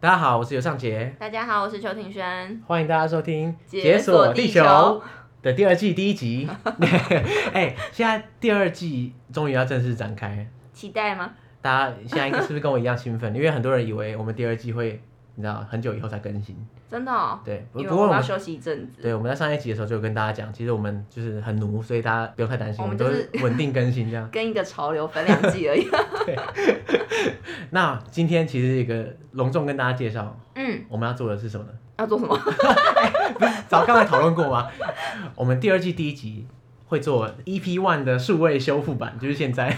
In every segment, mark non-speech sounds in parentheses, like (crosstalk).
大家好，我是尤尚杰，大家好，我是邱庭轩。欢迎大家收听《解锁地球》的第二季第一集。 (laughs) 哎、现在第二季终于要正式展开，期待吗？大家现在应该是不是跟我一样兴奋？因为很多人以为我们第二季会，你知道，很久以后才更新。真的哦。对，不因为不我过我们要们休息一阵子。对我们在上一集的时候就有跟大家讲，其实我们就是很奴，所以大家不用太担心，我我们们就都是。是稳定更新这样跟一个潮流分两季 (laughs) 而已。那今天其实一个隆重跟大家介绍，嗯，我们要做的是什么呢？要做什么？ (laughs) 早刚才讨论过吗？我们第二季第一集会做 EP One 的数位修复版，就是现在。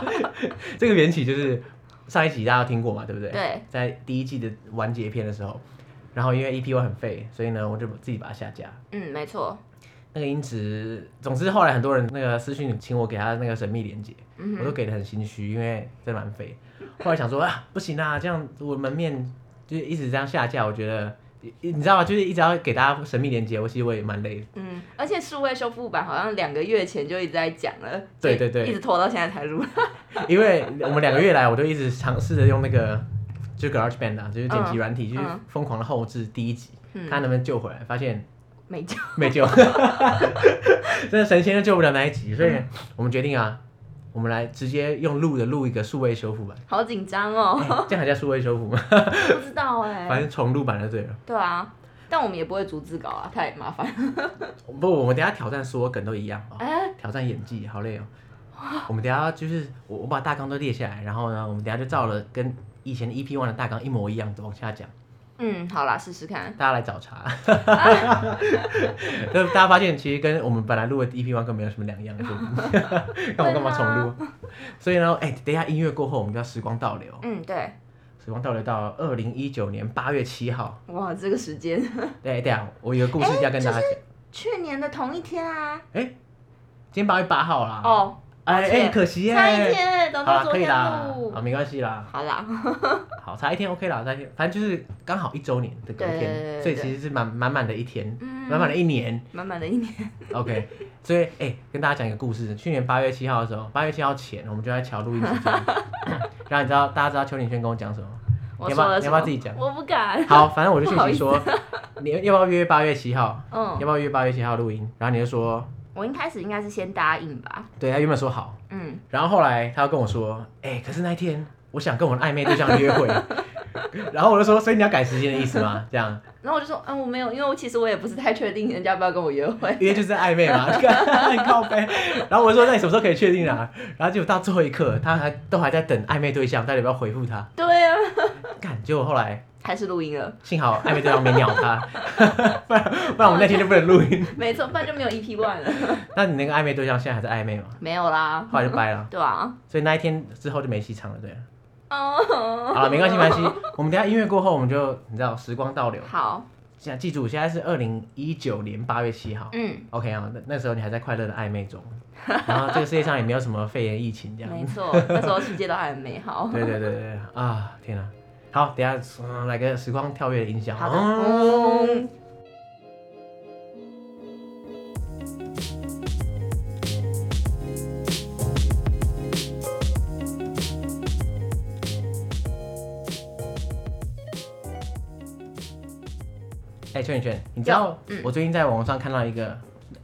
(laughs) 这个缘起就是上一集大家有听过嘛，对不对？对，在第一季的完结篇的时候，然后因为 EP One 很废，所以呢，我就自己把它下架。嗯，没错。那个音质，总之后来很多人那个私讯请我给他那个神秘连接，嗯我都给的很心虚，因为真的蛮废。后来想说啊，不行啊，这样我门面就是一直这样下架，我觉得你你知道吗？就是一直要给大家神秘连接，我其实我也蛮累的。嗯，而且数位修复版好像两个月前就一直在讲了，对就对对一直拖到现在才录。因为我们两个月来，我都一直尝试着用那个就是 GarageBand 啊，就是剪辑软体，嗯就是嗯疯狂的后置第一集，嗯看能不能救回来，发现没讲。没救， (laughs) 真的神仙都救不了那一集，所以我们决定啊，我们来直接用录的录一个数位修复版，好紧 (laughs) 张哦，哎这样还叫数位修 (laughs) 复吗？不知道哎、反正重录版就对了。对啊，但我们也不会逐字稿啊，太麻烦。不，我们等一下挑战所有梗都一样哦，哎、挑战演技，好累哦。我们等一下就是我我把大纲都列下来，然后呢，我们等一下就照了跟以前 EP One 的大纲一模一样的往下讲。嗯，好啦，试试看。大家来找茬。 (laughs) 就大家发现，其实跟我们本来录的 EP one 根本没有什么两样，对不 (laughs) 对？干嘛干嘛重啊录？所以呢，哎、等一下音乐过后，我们就要时光倒流，嗯，对，时光倒流到二零一九年八月七号。哇，这个时间， (laughs) 对，等一下我有个故哎事要跟大家讲。去年的同一天啊。今天八月八号啦，哦，哎抱歉哎，可惜耶、差一天，等好到啦，昨可以天啦，录好，。没关系啦，好啦， (laughs) 好，差一天 OK 啦，差一天，反正就是刚好一周年的隔对对天，对所以对其实是满满满的一天，嗯满满的一年，满满的一年， OK，所以哎、跟大家讲一个故事。去年八月七号的时候，八月七号前，我们就在瞧录音时 (laughs) 间。然后你知道，大家知道邱林轩跟我讲什么？我你要不说要了你什要不要么自己讲我不 (laughs) 敢。好，反正我就不好讯息意思说，你要不要约八月七号？要嗯，不要约八月七号录音？然后你就说，我一开始应该是先答应吧。对，他原本说好，嗯，然后后来他又跟我说，哎、可是那一天我想跟我的暧昧对象约会。然后我就说，所以你要改时间的意思吗？这样，然后我就说，嗯，我没有，因为我其实我也不是太确定人家要不要跟我约会。 (laughs) 因为就是暧昧嘛， (laughs) 很靠背。然后我就说，那你什么时候可以确定啊？然后结果到最后一刻，他还都还在等暧昧对象到底要不要回复他。对啊，干，结果后来还是录音了，幸好暧昧对象没鸟他， (laughs) 不然不然我们那天就不能录音。没错，不然就没有 EP one 了。 (laughs) 那你那个暧昧对象现在还在暧昧吗？没有啦，后来就掰了，对啊，所以那一天之后就没戏唱了，对了。哦，好了，没关系，没关系。我们等一下音乐过后，我们就你知道时光倒流。好，现在记住，现在是二零一九年八月七号。嗯， OK 啊，那那时候你还在快乐的暧昧中， (laughs) 然后这个世界上也没有什么肺炎疫情这样。没错，那时候世界都还很美好。 (laughs) 对对对对对啊！天哪、好，等一下、嗯来个时光跳跃的音效。好的，嗯嗯，哎、圈圈，你知道有嗯我最近在网上看到一个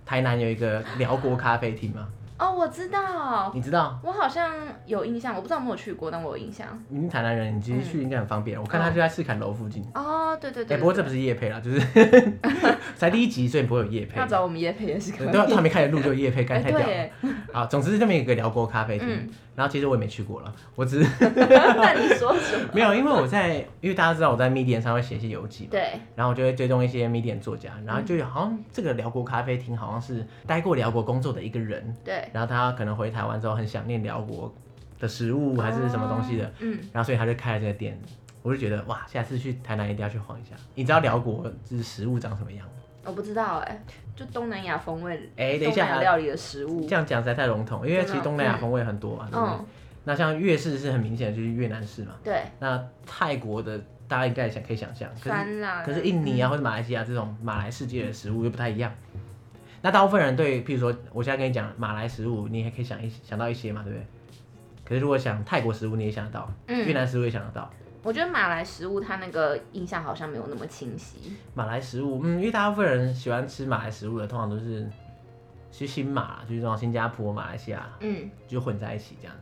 台南有一个辽国咖啡厅吗？哦，我知道，你知道？我好像有印象，我不知道有没有去过，但我有印象。你是台南人，你直接去应该很方便。我看他就在赤坎楼附近。哦，对对哎、嗯对，不过这对不是夜配啦，就是 (laughs) 才第一集，所以不会有夜 (laughs) 配要。找我们叶配也是可以。对啊，他还没开始录就夜配，干哎，太屌对了。耶， (laughs) 好，总之这么一个辽国咖啡厅，嗯然后其实我也没去过了，我只是那你说什么？没有，因为我在，因为大家知道我在 Medium 上会写一些游记嘛， (laughs) 对，然后我就会追踪一些 Medium 作家，然后就有好像这个辽国咖啡厅好像是待过辽国工作的一个人，对，然后他可能回台湾之后很想念辽国的食物还是什么东西的，哦？嗯，然后所以他就开了这个店，我就觉得哇，下次去台南一定要去晃一下。你知道辽国就是食物长什么样吗？我不知道哎，就东南亚风味，哎等一东下南亚料理的食物这，样讲实在太笼统，因为其实东南亚风味很多嘛，啊对不对？嗯，那像粤式是很明显的就是越南式嘛，对，那泰国的大家应该也想可以想象，可是酸辣的。嗯可是印尼啊或者马来西亚这种马来世界的食物又不太一样。那大部分人对，譬如说我现在跟你讲马来食物，你也可以想一想到一些嘛，对不对？可是如果想泰国食物，你也想得到，嗯越南食物也想得到，我觉得马来食物它那个印象好像没有那么清晰。马来食物，嗯，因为大部分人喜欢吃马来食物的，通常都是去新马，就是那种新加坡、马来西亚嗯，就混在一起这样。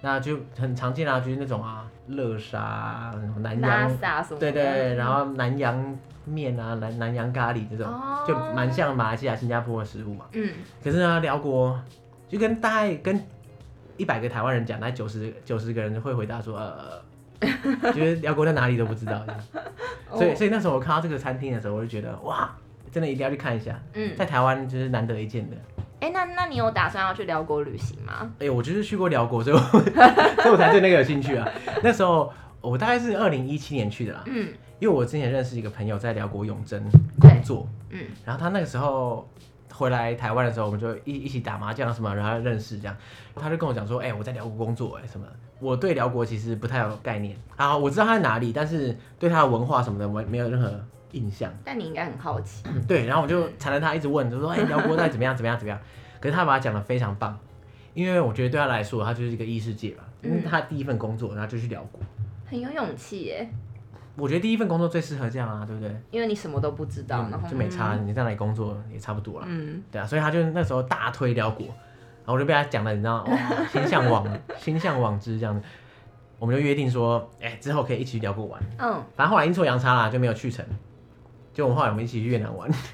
那就很常见啊，就是那种啊，乐沙啊、那种南拉洋，萨什么对的？对，然后南洋面啊、南南洋咖喱这种，哦就蛮像马来西亚、新加坡的食物嘛。嗯可是呢，辽国就跟大概跟一百个台湾人讲，大概九十九十个人会回答说，呃， (laughs) 觉得辽国在哪里都不知道。这样所以 (laughs) 哦所以那时候我看到这个餐厅的时候，我就觉得哇，真的一定要去看一下，嗯，在台湾就是难得一见的。哎、那那你有打算要去辽国旅行吗？哎、我就是去过辽国，所以我 (laughs) 所以我才对那个有兴趣啊。那时候我大概是二零一七年去的啦，嗯因为我之前认识一个朋友在辽国永贞工作，嗯，然后他那个时候回来台湾的时候，我们就一一起打麻将什么，然后认识这样。他就跟我讲说，哎、我在辽国工作、哎，什么？我对辽国其实不太有概念啊，我知道他在哪里，但是对他的文化什么的，我没有任何印象。 (clears throat) 但你应该很好奇。对，然后我就缠着他一直问，就说：“哎、辽国到底怎么样？怎么样？怎么样？”可是他把它讲的非常棒，因为我觉得对他来说，他就是一个异世界吧。因为嗯他第一份工作，然后就去辽国。很有勇气耶，我觉得第一份工作最适合这样啊，对不对？因为你什么都不知道，然后嗯就没差，你在哪里工作也差不多了。嗯，对啊，所以他就那时候大推辽国，然后我就被他讲的，你知 (laughs) 道，哇，心向往，心向往之这样子。我们就约定说，哎、之后可以一起去辽国玩。嗯嗯，反正后来阴错阳差啦，就没有去成。就我们后来我们一起去越南玩， (laughs)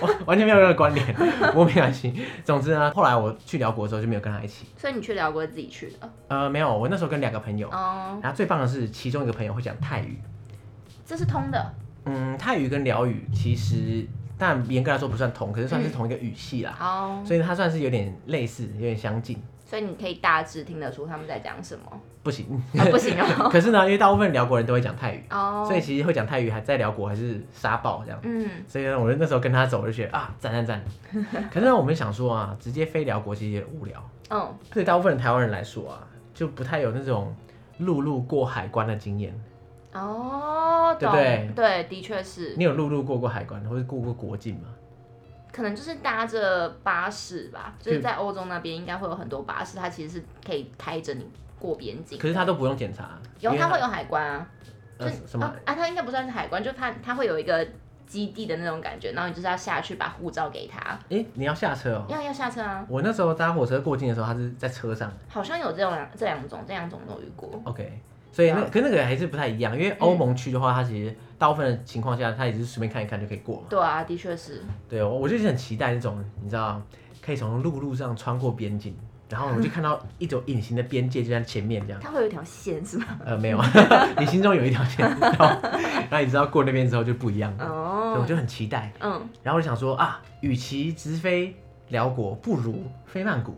完完全没有任何关联，不过没关系。总之呢，后来我去辽国的时候就没有跟他一起。所以你去辽国自己去的，呃，没有，我那时候跟两个朋友，哦，然后最棒的是其中一个朋友会讲泰语。这是通的，嗯，泰语跟辽语其实，但严格来说不算同，可是算是嗯同一个语系啦，哦，所以它算是有点类似，有点相近。所以你可以大致听得出他们在讲什 (laughs) 么，不行，啊、 (laughs) 不行哦，可是呢，因为大部分辽国人都会讲泰语，哦，所以其实会讲泰语还在辽国还是沙暴这样。嗯，所以呢，我就那时候跟他走，我就觉得啊，赞赞赞。 (laughs) 可是呢，我们想说啊，直接飞辽国其实有点无聊，嗯，对大部分的台湾人来说啊，就不太有那种陆路过海关的经验。哦，对不懂，对对的确是，你有陆路过过海关，或是过过国境吗？可能就是搭着巴士吧，就就是在欧洲那边应该会有很多巴士，它其实是可以开着你过边境。可是他都不用检查，啊有因为它会有海关啊，就呃是什么啊？啊，它应该不算是海关，就它它会有一个基地的那种感觉，然后你就是要下去把护照给他，诶，你要下车哦。要要下车啊，我那时候搭火车过境的时候，他是在车上好像有这种这两种，这两种都有遇过， ，OK。所以那对跟那个还是不太一样，因为欧盟区的话，它其实大部分的情况下，它也是随便看一看就可以过嘛。对啊，的确是，对，我我就是很期待那种，你知道，可以从陆路上穿过边境，然后我就看到一种隐形的边界就在前面 (laughs) 这样。它会有一条线是吗？呃，没有， (laughs) 你心中有一条线，然后然后你知道过那边之后就不一样了，所以我哦，就很期待。嗯，然后我就想说啊，与其直飞辽国，不如飞曼谷，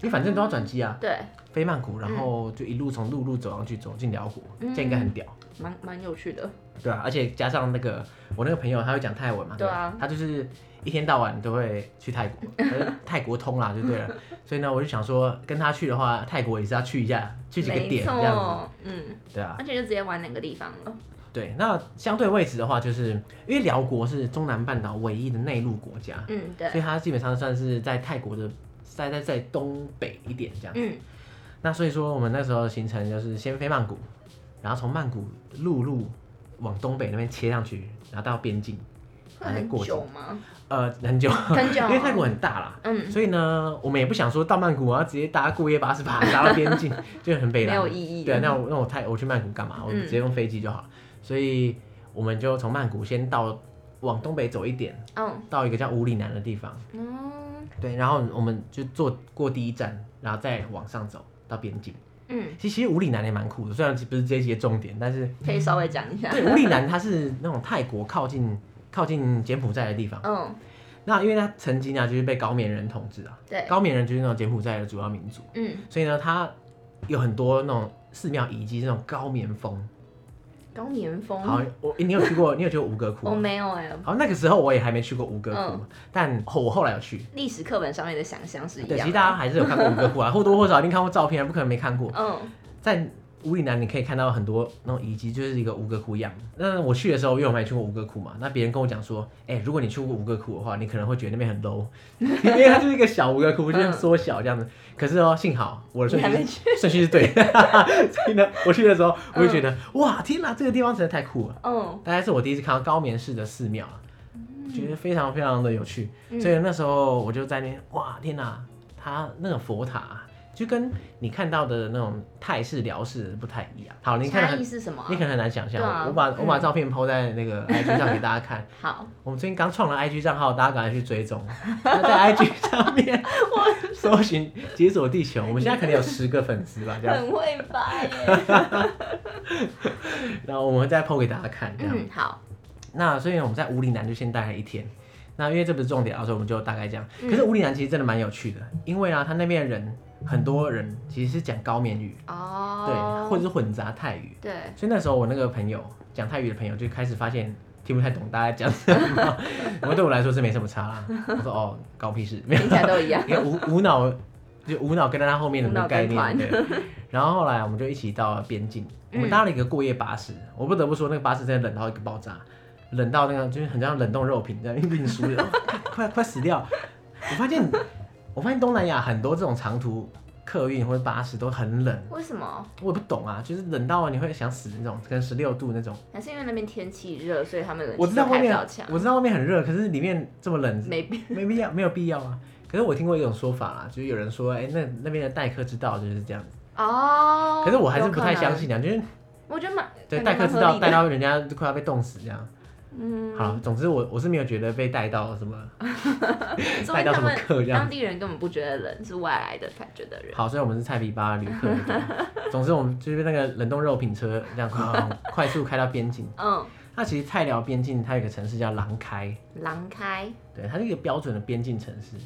因为反正都要转机啊，对，飞曼谷，然后就一路从陆路走上去，走进辽国，这应该很屌。蛮蛮有趣的，对啊，而且加上那个我那个朋友，他会讲泰文嘛，对啊吧他就是一天到晚都会去泰国， (laughs) 他就泰国通啦，就对了。所以呢，我就想说跟他去的话，泰国也是要去一下，去几个没点这样错，嗯，子，对啊，而且就直接玩两个地方了，对。那相对位置的话，就是因为辽国是中南半岛唯一的内陆国家，嗯，对，所以它基本上算是在泰国的在在在东北一点这样。嗯那所以说，我们那时候的行程就是先飞曼谷，然后从曼谷陆路往东北那边切上去，然后到边境，会很过久吗？呃，很 (laughs) 久，很久，啊因为泰国很大啦。嗯，所以呢，我们也不想说到曼谷，我要直接搭过夜巴士把它搭到边境， (laughs) 就很北没啦。有意义。对啊，那我那我泰我去曼谷干嘛？我嗯直接用飞机就好了。所以我们就从曼谷先到往东北走一点，嗯到一个叫五里南的地方。嗯对，然后我们就坐过第一站，然后再往上走到边境。嗯，其实其实五里南也蛮酷的，虽然不是这一集的重点，但 (laughs) 是可以稍微讲一下。对，五里南它是那种泰国靠近靠近柬埔寨的地方。嗯，那因为它曾经啊就是被高棉人统治啊，对，高棉人就是那种柬埔寨的主要民族，嗯，所以呢，它有很多那种寺庙遗迹，那种高棉风。高棉好峰，，我你有去过？你有去过吴哥窟我吗？没有哎，好，那个时候我也还没去过吴哥窟嗯，但我后来有去。历史课本上面的想象是一对，其样实的。啊大家还是有看过吴哥窟啊，或多或少一定看过照片，不可能没看过。嗯在乌里南你可以看到很多那种遗迹，就是一个吴哥窟一样。那我去的时候，因为我没去过吴哥窟嘛，那别人跟我讲说，哎、如果你去过吴哥窟的话，你可能会觉得那边很 low，因为它就是一个小吴哥窟，就是缩小这样子。可是哦，幸好我的你顺序还是没去，顺序是对的，所以呢，我去的时候我就觉得，哇，天哪，这个地方实在太酷了。嗯，大概是我第一次看到高棉市的寺庙啊，觉得非常非常的有趣。嗯所以那时候我就在那边，哇，天哪，它那个佛塔、啊、就跟你看到的那种泰式、辽式不太一样。好，你看差很异，是什么啊你？可能很难想象。对啊我把我把嗯照片抛在那个 IG 上给大家看。好，我们最近刚创了 IG 账号，大家赶快去追 (laughs) 踪，那在 IG 上面搜寻“解锁地球”。我们现在可能有十个粉丝吧，这样。很会发耶。然后我们再 PO 给大家看，这样。嗯，好，那所以我们在五里南就先待了一天。那因为这不是重点啊，所以我们就大概这样。嗯可是五里南其实真的蛮有趣的，因为啊，他那边的人很多人其实是讲高棉语，哦，对，或者是混杂泰语。对，所以那时候我那个朋友讲泰语的朋友就开始发现听不太懂大家讲什么， (laughs) 不过对我来说是没什么差啦。我说哦，高屁事，没有听起来都一样。因为无无脑就无脑跟在他后面的无那脑个概跟念，团对。然后后来我们就一起到了边境，我们嗯搭了一个过夜巴士。我不得不说，那个巴士真的冷到一个爆炸，冷到那个就是很像冷冻肉品这样运输的， (laughs) 快快死掉。我发现，我发现东南亚很多这种长途客运或者巴士都很冷， (laughs) 为什么？我也不懂啊，就是冷到你会想死那种，可能十六度那种。还是因为那边天气热，所以他们冷我知道外开比面较强，我知道外面很热，可是里面这么冷，没必没必要，没有必要啊。可是我听过一种说法啦，就是有人说，哎、那那边的待客之道就是这样子。哦。可是我还是不太有可能相。信啊，就是我觉得蛮对待感觉客蛮之合道理带的到人家都快要被冻死这样。嗯，好，总之我我是没有觉得被带到什么说带明到他什么们客这样当。地人根本不觉得冷，是外来的才觉得冷。好，所以我们是菜皮吧旅客那 (laughs) 种。总之我们就是那个冷冻肉品车这样快快速开到边境。嗯，那其实泰辽边境它有一个城市叫郎开，狼开对，它是一个标准的边境城市。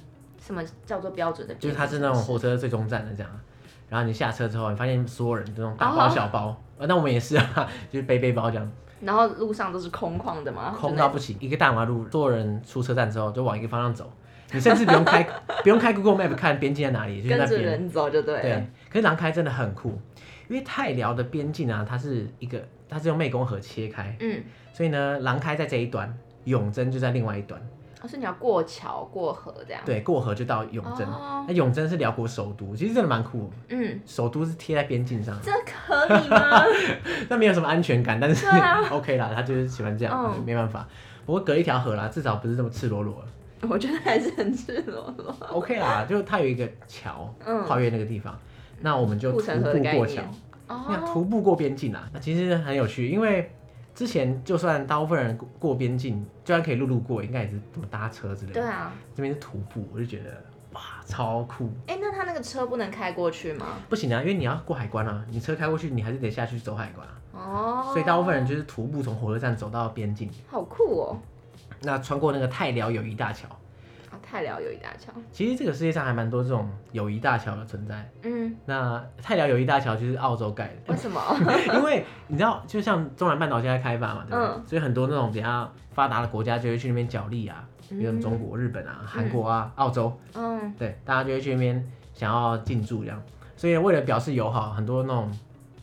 什么叫做标准的？就是它是那种火车最终站的这样，啊然后你下车之后，你发现所有人都那种大包小哦包，呃，那我们也是啊， (laughs) 就是背背包这样，然后路上都是空旷哦的嘛，空就到那不行，一个大马路，所有人出车站之后就往一个方向走，你甚至不用开 (laughs) 不用开 Google Map 看边境在哪里，就是那跟着边。人走就对了。对，啊可是南开真的很酷，因为泰辽的边境啊，它是一个它是用湄公河切开，嗯，所以呢，南开在这一端，永贞就在另外一端，哦，是你要过桥过河这样。，对，过河就到永贞。哦，那永贞是辽国首都，其实真的蛮酷的，嗯，首都是贴在边境上。这可以吗？ (laughs) 那没有什么安全感，但是、对啊 (laughs) OK 啦，他就是喜欢这样，嗯没办法。不过隔一条河啦，至少不是这么赤裸裸了我觉得还是很赤裸裸。 OK 啦，就它有一个桥嗯跨越那个地方，那我们就护徒城河的步概过桥念，。那哦，徒步过边境啊啦，那其实很有趣，因为之前就算大部分人过过边境，就算可以陆路过，应该也是怎么搭车之类对的。啊，这边是徒步，我就觉得哇，超酷！哎，那他那个车不能开过去吗？不行啊，因为你要过海关啊，你车开过去，你还是得下去走海关啊。哦，所以大部分人就是徒步从火车站走到边境。好酷哦。那穿过那个泰辽友谊大桥，啊，太辽有一大桥，其实这个世界上还蛮多这种友谊大桥的存在。嗯，那泰辽友谊大桥就是澳洲盖为 (laughs) 的， (laughs) 什么？因为你知道，就像中南半岛现在开发嘛，对不对？嗯所以很多那种比较发达的国家就会去那边角力啊，比如什么中国、日本啊、韩国啊、澳洲，嗯，对，大家就会去那边想要进驻这样。所以为了表示友好，很多那种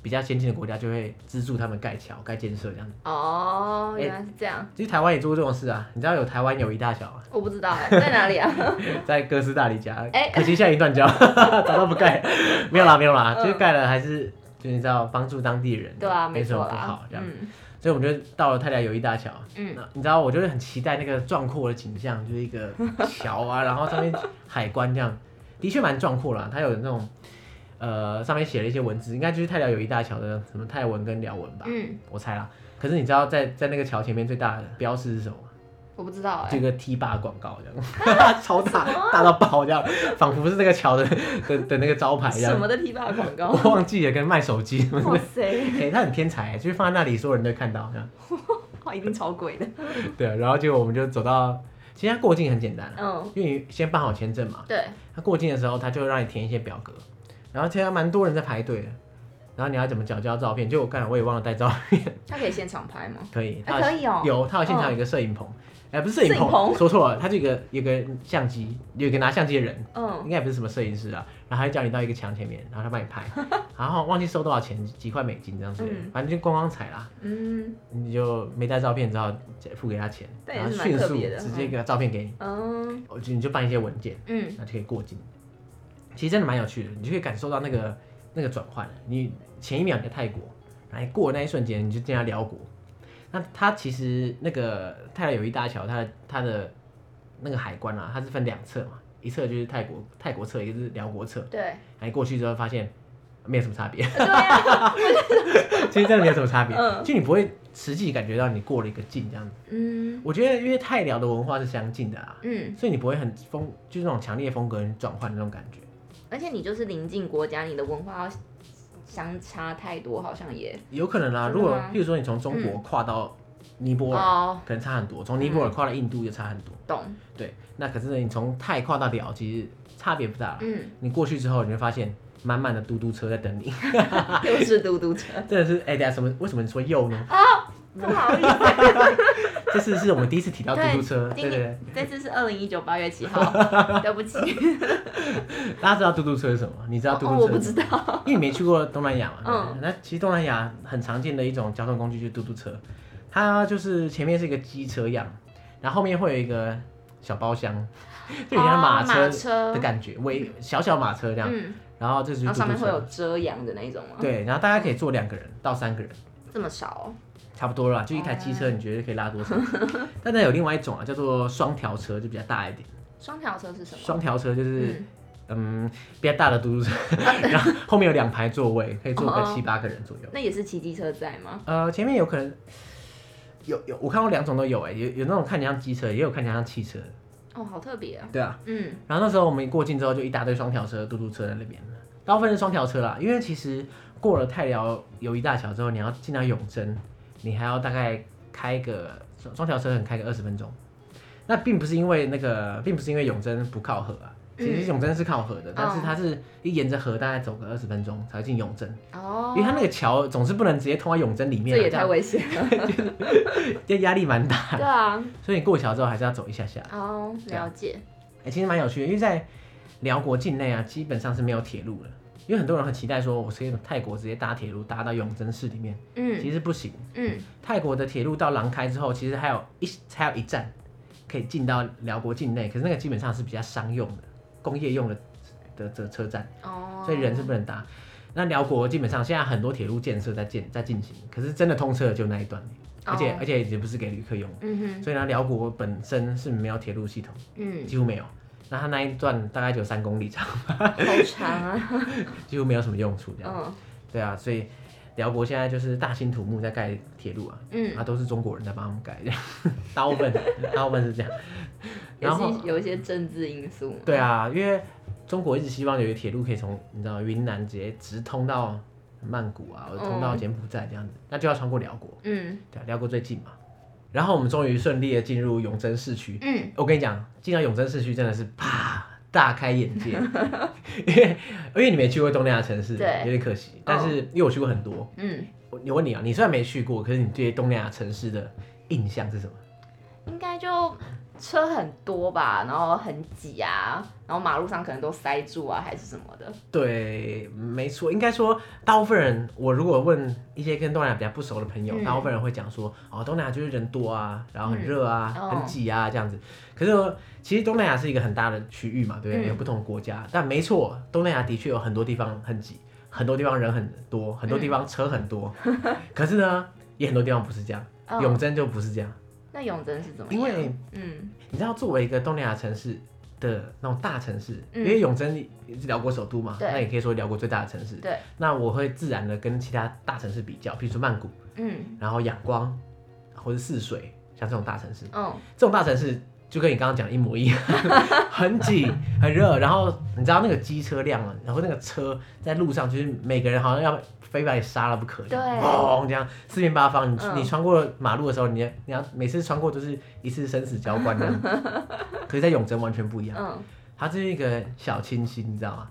比较先进的国家就会资助他们盖桥、盖建设这样子。哦，原来是这样，其实台湾也做过这种事啊，你知道有台湾友谊大桥啊？我不知道哎，在哪 (laughs) 里啊？在哥斯达黎加，哎可惜现在已经断交， (laughs) 早到不盖，没有啦，没有啦，嗯就是盖了还是就是你知道帮助当地人，对啊，没没什错么不好啦，这样，嗯所以我们就到了泰达友谊大桥，嗯，那你知道我就是很期待那个壮阔的景象，就是一个桥啊，然后上面海关这样，的确蛮壮阔啦，它有那种。呃，上面写了一些文字，应该就是泰辽友谊大桥的什么泰文跟辽文吧，嗯，我猜啦。可是你知道在在那个桥前面最大的标识是什么吗？我不知道这哎，个 T 霸广告这样， (laughs) 超大大到爆这样，仿佛是那个桥的 (laughs) 的的那个招牌这什样。么的批发广告 (laughs) 我？忘记了，跟卖手机什 (laughs) 么哇的。塞，哎、他很天才，就是放在那里，所有人都看到这样。哇，一定超贵的，对啊，然后结果我们就走到，其实他过境很简单啊，嗯，因为你先办好签证嘛。对，他过境的时候，他就会让你填一些表格，然后其实还蛮多人在排队的。然后你要怎么缴交照片？就我刚才我也忘了带照片， (laughs) 它可以现场拍吗？可以，啊，它可以哦。有，它有现场有一个摄影棚，哎、不是摄影摄影棚说错了，它就有一个有一个相机，有一个拿相机的人，嗯，应该也不是什么摄影师啊，然后他就叫你到一个墙前面，然后他帮你 (laughs) 拍，然后忘记收多少钱，几块美金这样子，嗯反正就光光彩啦，嗯你就没带照片，只好付给他钱，但然也后是蛮迅特速别的直接给他照片给你，嗯我就你就办一些文件，嗯，那就可以过境。其实真的蛮有趣的，你就可以感受到那个那个转换。你前一秒你在泰国，然后你过的那一瞬间你就进到辽国。那它其实那个泰来友谊大桥，它的它的那个海关啊，它是分两侧嘛，一侧就是泰国泰国侧，一个是辽国侧。对，然后过去之后发现没有什么差别， (laughs) 对 (laughs) 啊，其实真的没有什么差别，嗯就你不会实际感觉到你过了一个境这样子。嗯我觉得因为泰辽的文化是相近的啊，嗯，所以你不会很风，就是那种强烈风格转换的那种感觉。而且你就是邻近国家，你的文化相差太多，好像也有可能啊，真的如果吗嗯譬如说你从中国跨到尼泊尔，哦，嗯可能差很多；从尼泊尔跨到印度就差很多。懂，对，那可是呢，你从泰跨到辽，其实差别不大啦。嗯，你过去之后，你会发现满满的嘟嘟车在等你， (laughs) 啊又是嘟嘟车，真的是哎，等一下什么？为什么你说又呢？哦不好意思，这次是我们第一次提到嘟嘟 (laughs) 车，对对对这次是二零一九八月七 (laughs) 号，对不起，对。大家知道嘟嘟车是什么？你知道啊嘟哦，嘟我车不是知什么？道，因为你没去过东南亚嘛。嗯嗯。那其实东南亚很常见的一种交通工具就是嘟嘟车，它就是前面是一个机车样，然后后面会有一个小包厢， (laughs) 就有点像马车哦车的感觉，微小小马车这样。嗯，然后这就是然嘟后上嘟面会有车，遮阳的那一种吗？，对，然后大家可以坐两个人到三个人，这么少哦，差不多了啦，就一台机车，你觉得可以拉多 (laughs) 少？但那有另外一种啊，叫做双条车，就比较大一点。双条车是什么？双条车就是嗯，嗯比较大的嘟嘟车， (laughs) 然后后面有两排座位，可以坐个哦七八个人左右。那也是骑机车在吗？呃，前面有可能有有，我看过两种都有哎、有有那种看起来像机车，也有看起来像汽车，哦，好特别啊，对啊。嗯然后那时候我们一过境之后，就一大堆双条车、嘟嘟车在那边，大部分是双条车啦，因为其实过了泰辽友谊大桥之后，你要进到永贞，你还要大概开个双双条车，可能开个二十分钟。那并不是因为那个，并不是因为永贞不靠河啊，其实嗯永贞是靠河的，但哦是它是一沿着河大概走个二十分钟才会进永贞，哦，因为它那个桥总是不能直接通到永贞里面啊，这也这太样危险 (laughs) 了，这压力蛮大对啊，所以你过桥之后还是要走一下下。哦，了解，哎、其实蛮有趣的，因为在辽国境内啊，基本上是没有铁路的。因为很多人很期待说，我可以从泰国直接搭铁路搭到永贞市里面，嗯其实不行。嗯，泰国的铁路到郎开之后，其实还有一还有一站可以进到辽国境内，可是那个基本上是比较商用的、工业用的的的车站，哦，所以人是不能搭。那辽国基本上现在很多铁路建设在建在进行，可是真的通车的就那一段，而且、哦而且也不是给旅客用的。嗯哼，所以呢，辽国本身是没有铁路系统， (laughs) 嗯，几乎没有。那它那一段大概只有三公里长，好 (laughs) 长啊，几乎没有什么用处这样。嗯对啊，所以辽国现在就是大兴土木在盖铁路啊，嗯，啊都是中国人在帮他们盖，这样大部分 (laughs) 大部分是这样。也然后是有一些政治因素，对啊，因为中国一直希望有一个铁路可以从你知道云南直接直通到曼谷啊，或者通到嗯柬埔寨这样子，那就要穿过辽国，嗯对、啊，辽国最近嘛。然后我们终于顺利的进入永贞市区，嗯，我跟你讲，进到永贞市区真的是啪大开眼界， (laughs) 因为因为你没去过东南亚城市，对有点可惜。但是因为我去过很多，嗯，我我问你啊，你虽然没去过，可是你对东南亚城市的印象是什么？应该就车很多吧，然后很挤啊，然后马路上可能都塞住啊，还是什么的，对，没错，应该说大部分人，我如果问一些跟东南亚比较不熟的朋友，嗯大部分人会讲说，哦，东南亚就是人多啊，然后很热啊，嗯很挤啊这样子。可是其实东南亚是一个很大的区域嘛，对不对？嗯有不同的国家，但没错，东南亚的确有很多地方很挤，很多地方人很多，很多嗯地方车很多。 (laughs) 可是呢，也很多地方不是这样，永嗯，贞就不是这样，那永贞是怎么因样？为嗯你知道，作为一个东南亚城市的那种大城市，嗯因为永贞是辽国首都嘛，对那也可以说辽国最大的城市。对，那我会自然的跟其他大城市比较，比如说曼谷，嗯然后仰光，或者泗水，像这种大城市，嗯这种大城市就跟你刚刚讲的一模一样， (laughs) 很挤很热，然后你知道那个机车辆啊，然后那个车在路上，就是每个人好像要非把你杀了不可，对砰这样四面八方，你、嗯你穿过马路的时候，你你要每次穿过都是一次生死交关这 (laughs) 样，可是在永贞完全不一样，嗯，它就是一个小清新，你知道吗？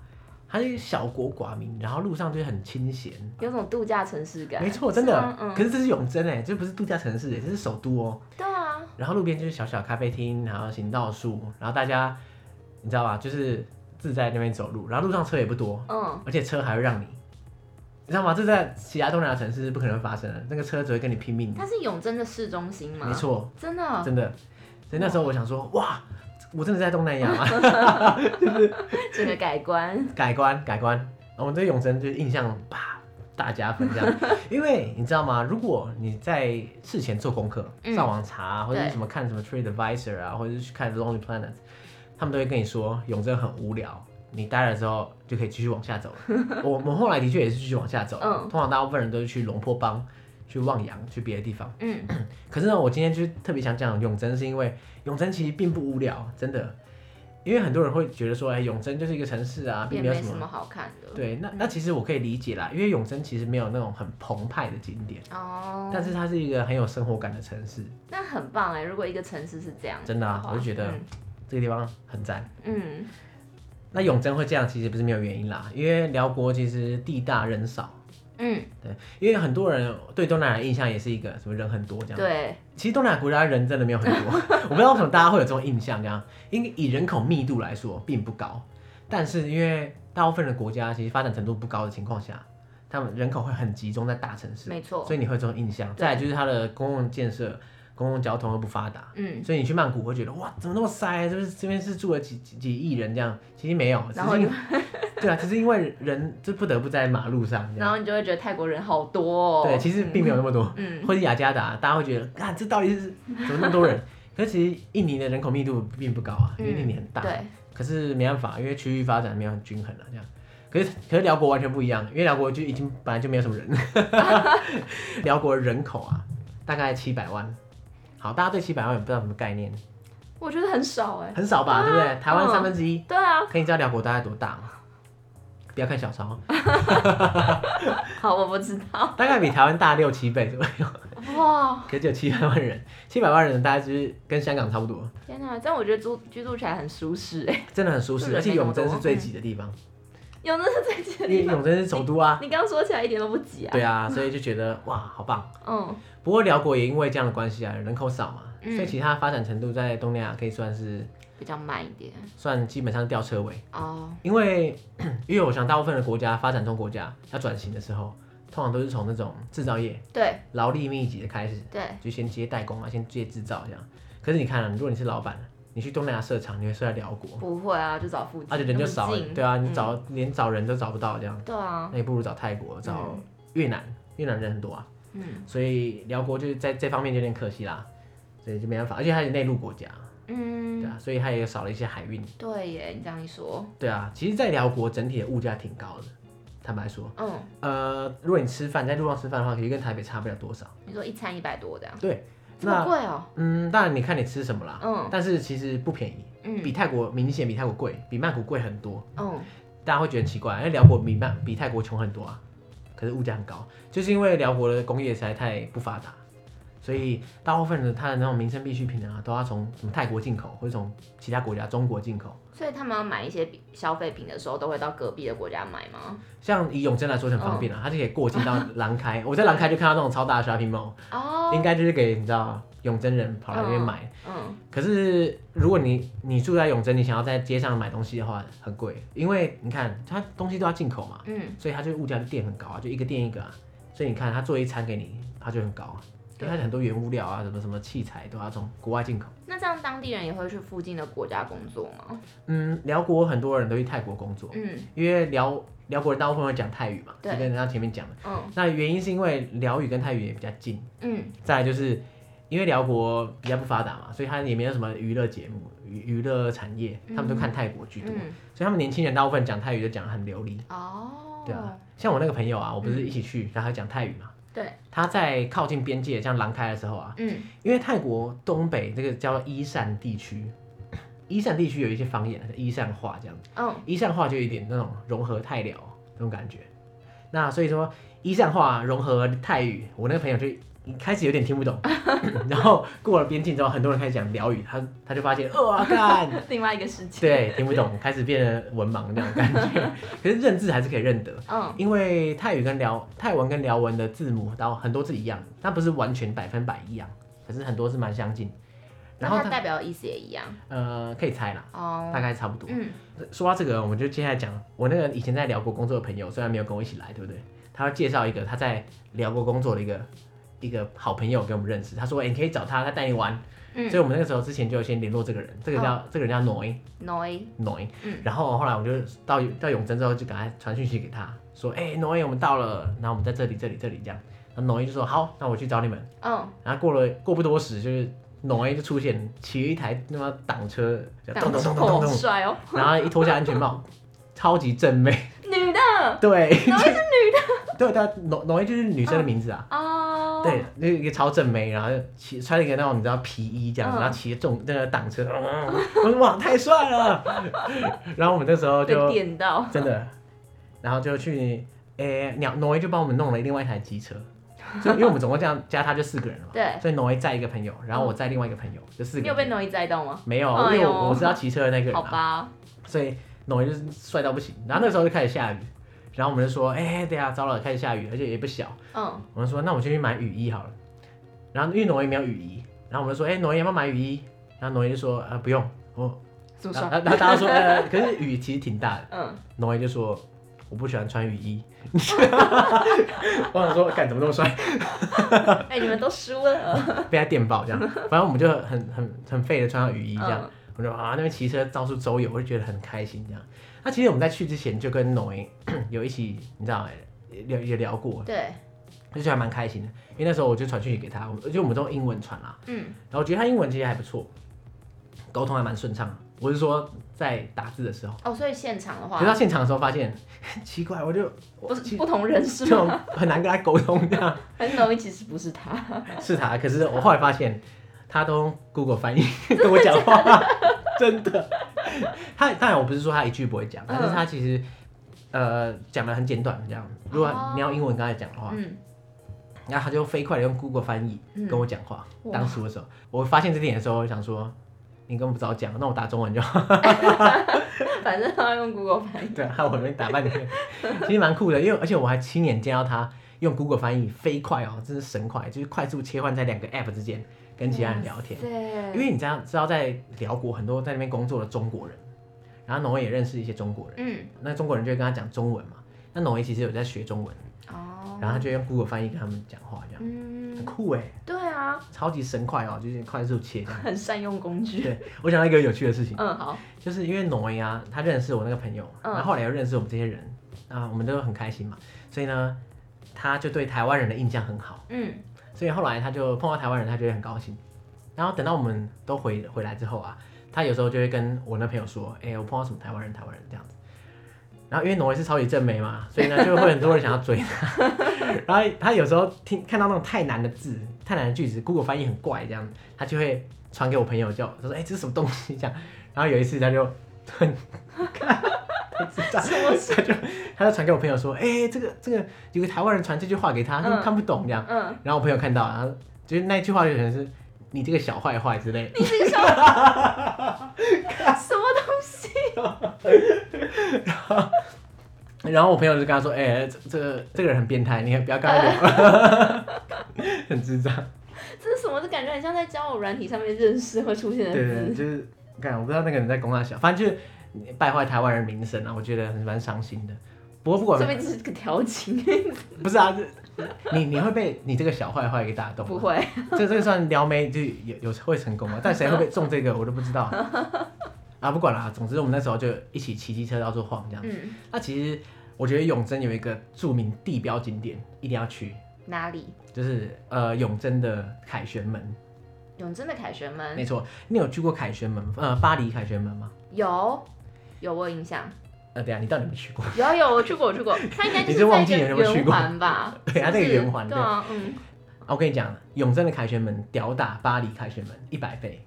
它是小国寡民，然后路上就是很清闲。有种度假城市感。没错，真的吗。嗯，可是这是永贞哎，这不是度假城市哎，这是首都哦。对啊，然后路边就是小小咖啡厅，然后行道树，然后大家你知道吧，就是自在那边走路，然后路上车也不多，嗯，而且车还会让你，你知道吗？这在其他东南亚城市是不可能发生的，那个车只会跟你拼命的。它是永贞的市中心吗？没，错，真的，真的。所以那时候我想说，哇，我真的在东南亚吗？整个改观。改观改观，然后我对永贞就是印象啪大加分这 (laughs) 样，因为你知道吗？如果你在事前做功课，嗯上网查、或者是对什么看什么 Trade Advisor 啊，或者是去看 Lonely Planet，他们都会跟你说永贞很无聊。你待了之后就可以继续往下走了。 (laughs) 我我们后来的确也是继续往下走，嗯通常大部分人都是去龙坡帮、去望洋、去别的地方。嗯，可是呢，我今天就是特别想讲永贞，是因为永贞其实并不无聊，真的。因为很多人会觉得说，哎、永贞就是一个城市啊，并也没有没什什么么好看的。，嗯对，那那其实我可以理解啦，因为永贞其实没有那种很澎湃的景点，哦，但是它是一个很有生活感的城市，那很棒哎，如果一个城市是这样话，真的啊我就觉得嗯这个地方很赞。嗯，那永贞会这样，其实不是没有原因啦，因为辽国其实地大人少，嗯，对，因为很多人对东南亚的印象也是一个什么人很多这样，，对，其实东南亚国家人真的没有很多， (laughs) 我不知道为什么大家会有这种印象，这样，因为以人口密度来说并不高，但是因为大部分的国家其实发展程度不高的情况下，他们人口会很集中在大城市。没错，所以你会有这种印象。对再来就是它的公共建设、公共交通又不发达，嗯，所以你去曼谷会觉得哇，怎么那么塞？是不是这边是住了几几几亿人这样？其实没有，只然后是因对啊，只是因为人就不得不在马路上这然样。后你就会觉得泰国人好多哦。对，其实并没有那么多。嗯，或者雅加达，大家会觉得啊，这到底是怎么那么多人？可是其实印尼的人口密度并不高啊，因为嗯印尼很大。对，可是没办法，因为区域发展没有很均衡啊，这样。可是可是辽国完全不一样，因为辽国就已经本来就没有什么人， (laughs) 辽国人口啊大概七百万。好，大家对七百万也不知道什么概念，我觉得很少哎。很少吧，对不对？台湾嗯三分之一，对啊，可以知道辽国大概多大吗？不要看小抄，好，我不知道。大概比台湾大六七倍左右， (laughs) 哇，可是只有七百万人，七百万人大概就是跟香港差不多，天哪！这样我觉得住居住起来很舒适哎。真的很舒就适，人而且没那么永贞多是最挤的地 (laughs) 方，有那是最近的因地为方，永贞是首都啊，你刚刚说起来一点都不挤啊。对啊，所以就觉得哇，好棒。嗯，不过辽国也因为这样的关系啊，人口少嘛，嗯所以其他发展程度在东南亚可以算是比较慢一点算基本上吊车尾。哦。因为因为我想大部分的国家发展中国家要转型的时候，通常都是从那种制造业对劳力密集的开始，对，就先接代工啊，先接制造这样。可是你看、啊，如果你是老板，你去东南亚设厂，你会设在辽国，不会啊，就找附近，而且人就少那么了近，对啊，你嗯找、连找人都找不到这样，对啊，那你不如找泰国、找嗯越南，越南人很多啊。嗯所以辽国就是在这方面就有点可惜啦，所以就没办法，而且它是内陆国家，对嗯，啊，所以它也少了一些海运，对耶，你这样一说，对啊，其实，在辽国整体的物价挺高的，坦白说，嗯，呃，如果你吃饭在路上吃饭的话，其实跟台北差不了多少，你说一餐一百多这样，对，这么那贵哦，嗯，当然你看你吃什么啦，嗯但是其实不便宜，比嗯泰国明显比泰国贵，比曼谷贵很多，嗯，大家会觉得很奇怪，因为辽国比曼比泰国穷很多啊，可是物价很高，就是因为辽国的工业实在太不发达，所以大部分的它的那种民生必需品啊，都要从什么泰国进口，或者从其他国家中国进口。所以他们要买一些比消费品的时候，都会到隔壁的国家买吗？像以永贞来说是很方便啊，它就可以过境到兰开，我在兰开就看到那种超大的 shopping mall，、哦，应该就是给你知道永贞人跑来那边买。嗯，可是如果你你住在永贞，你想要在街上买东西的话，很贵，因为你看它东西都要进口嘛，嗯所以它就物价就垫很高啊，就一个垫一个啊。所以你看，它做一餐给你，它就很高啊。因对为它很多原物料啊，什么什么器材都要从国外进口。那这样当地人也会去附近的国家工作吗？嗯，辽国很多人都去泰国工作，嗯因为辽辽国人大部分会讲泰语嘛，就对跟人家前面讲的。嗯那原因是因为辽语跟泰语也比较近，嗯，再来就是因为辽国比较不发达嘛，所以它也没有什么娱乐节目、娱娱乐产业，他们都看泰国居多，嗯所以他们年轻人大部分讲泰语就讲得很流利。哦，对啊，像我那个朋友啊，我不是一起去，然后他讲泰语嘛。对，他在靠近边界，像兰开的时候啊，嗯因为泰国东北这个叫伊善地区，伊善地区有一些方言，伊善话这样子，嗯伊善话就有一点那种融合泰辽那种感觉。那所以说伊善话融合泰语，我那个朋友就你开始有点听不懂，然后过了边境之后，很多人开始讲辽语，他他就发现，哇干， (laughs) (laughs) 另外一个世界。，对，听不懂，开始变得文盲那种感觉。 (laughs) 可是认字还是可以认得，嗯因为泰语跟辽泰文跟辽文的字母，然后很多字一样，它不是完全百分百一样，可是很多是蛮相近。那然后它它代表的意思也一样。呃可以猜啦，哦大，概差不多。嗯，说到这个，我们就接下来讲我那个以前在辽国工作的朋友，虽然没有跟我一起来，对不对？他要介绍一个他在辽国工作的一个一个好朋友给我们认识。他说：“哎、你可以找他，他带你玩。嗯所以我们那个时候之前就有先联络这个人，这个叫、这个人叫挪伊 noi，挪伊。嗯然后后来我就到到永贞之后，就赶快传讯息给他说：“哎、挪伊，我们到了，然后我们在这里这里这里这样。”然后挪伊就说：“好，那我去找你们。”嗯，然后过了过不多时，就是挪伊就出现，骑一台那么挡车，就咚当咚时咚咚咚好咚。帅哦，然后一脱下安全帽， (laughs) 超级正 (laughs) 妹，女的对，农是女的， (laughs) 对对，农农一就是女生的名字啊，哦，对，，那一个超正妹，然后就骑穿了一个那种你知道皮衣这样，嗯然后骑着重那个挡车，嗯我说哇太帅了， (laughs) 然后我们那时候被就电到，真的，然后就去，诶，鸟挪威就帮我们弄了另外一台机车，就因为我们总共这样加他就四个人了嘛，对所以挪威载一个朋友，然后我载另外一个朋友，就四你个有人，被 noi 栽到吗？没有，哎因为呦我我是要骑车的那个人好啊。吧，所以农就是帅到不行。然后那时候就开始下雨，然后我们就说，哎、对啊，糟了，开始下雨，而且也不小。嗯，我们说，那我们先去买雨衣好了。然后因为农也没有雨衣，然后我们就说，哎、农要不要买雨衣？然后农就说，呃，不用。我，怎么然后说？然后大家说，呃，可是雨其实挺大的。嗯，农就说，我不喜欢穿雨 (laughs) 衣。我想说，干怎么那么帅，哎，你们都输 (laughs) 了，被他电爆这样。反正我们就很很很废的穿上雨衣这样。嗯我就啊那边骑车到处周游，我就觉得很开心这样。那其实我们在去之前就跟农 (coughs) 有一起，你知道聊也聊过，对，就觉得还蛮开心的。因为那时候我就传讯息给他，我而且我们都用英文传啦，嗯，然后我觉得他英文其实还不错，沟通还蛮顺畅的。我是说在打字的时候，哦，所以现场的可话是，到现场的时候发现 (laughs) 奇怪，我就不我是其不同人就是就吗？很难跟他沟通这样。还是 noi 其实不是他，是他，可是我后来发现他都用 Google 翻 (laughs) 译跟我讲话，真的。他当然我不是说他一句不会嗯讲，但是他其实呃讲的很简短这样。如果你要英文跟他讲的话，嗯然后他就飞快的用 Google 翻译嗯跟我讲话。哇当初的时候，我发现这点的时候，我想说你根本不早讲，那我打中文就好。反正他用 Google 翻译， (laughs) 对，啊害我没打半天，其实蛮酷的，因为而且我还亲眼见到他用 Google 翻译飞快哦，真是神快，就是快速切换在两个 App 之间跟其他人聊天。对，因为你知道，知道在辽国很多在那边工作的中国人，然后农威也认识一些中国人，嗯，那中国人就会跟他讲中文嘛。那农威其实有在学中文，哦，然后他就用 Google 翻译跟他们讲话，这样很嗯，酷哎、对啊，超级神快哦，就是快速切这样。很善用工具，对我想到一个有趣的事情，嗯，好，就是因为农威啊，他认识我那个朋友，嗯然后后来又认识我们这些人啊，我们都很开心嘛，所以呢，他就对台湾人的印象很好。嗯，所以后来他就碰到台湾人，他就会很高兴。然后等到我们都回回来之后啊，他有时候就会跟我那朋友说：“哎、我碰到什么台湾人，台湾人这样子。”然后因为挪威是超级正妹嘛，所以呢就会很多人想要追他。 (laughs) 然后他有时候听看到那种太难的字、太难的句子，Google 翻译很怪这样，他就会传给我朋友叫，他说：“哎、这是什么东西？”这样。然后有一次他就很看，太智障什么事？他就他就传给我朋友说：“哎、这个这个有个台湾人传这句话给他，他嗯看不懂这样。”嗯，然后我朋友看到，然后就是那一句话就可能是你这个小坏坏之类的，你这个 (laughs) 小，什么东西？然后我朋友就跟他说：“哎、这这个这个人很变态，你不要跟他聊。 (laughs) 很智障。这是什么？这感觉很像在交友软体上面认识会出现的对对，对字。就是，看我不知道那个人在攻他小，反正就是败坏台湾人名声啊，我觉得很蛮伤心的。不过不这管边只是个调情，不是啊，这你你会被你这个小坏坏给打动吗，不会。这这个算撩妹就有有会成功吗？但谁会被中这个我都不知道。啊，不管啦，总之我们那时候就一起骑机车到处晃这样。嗯，那其实我觉得永贞有一个著名地标景点一定要去，哪里？就是呃永贞的凯旋门。永贞的凯旋没门错，你有去过凯旋门？呃，巴黎凯旋门吗？有。有我有印象，呃，对啊，你到底有没有去过？ (laughs) 有有我去过我去过，它应该就你是是忘记在一有个没有去圆过环吧？ (laughs) 对它是不那个是圆环对啊，嗯，啊我跟你讲，永贞的凯旋门吊打巴黎凯旋门一百倍，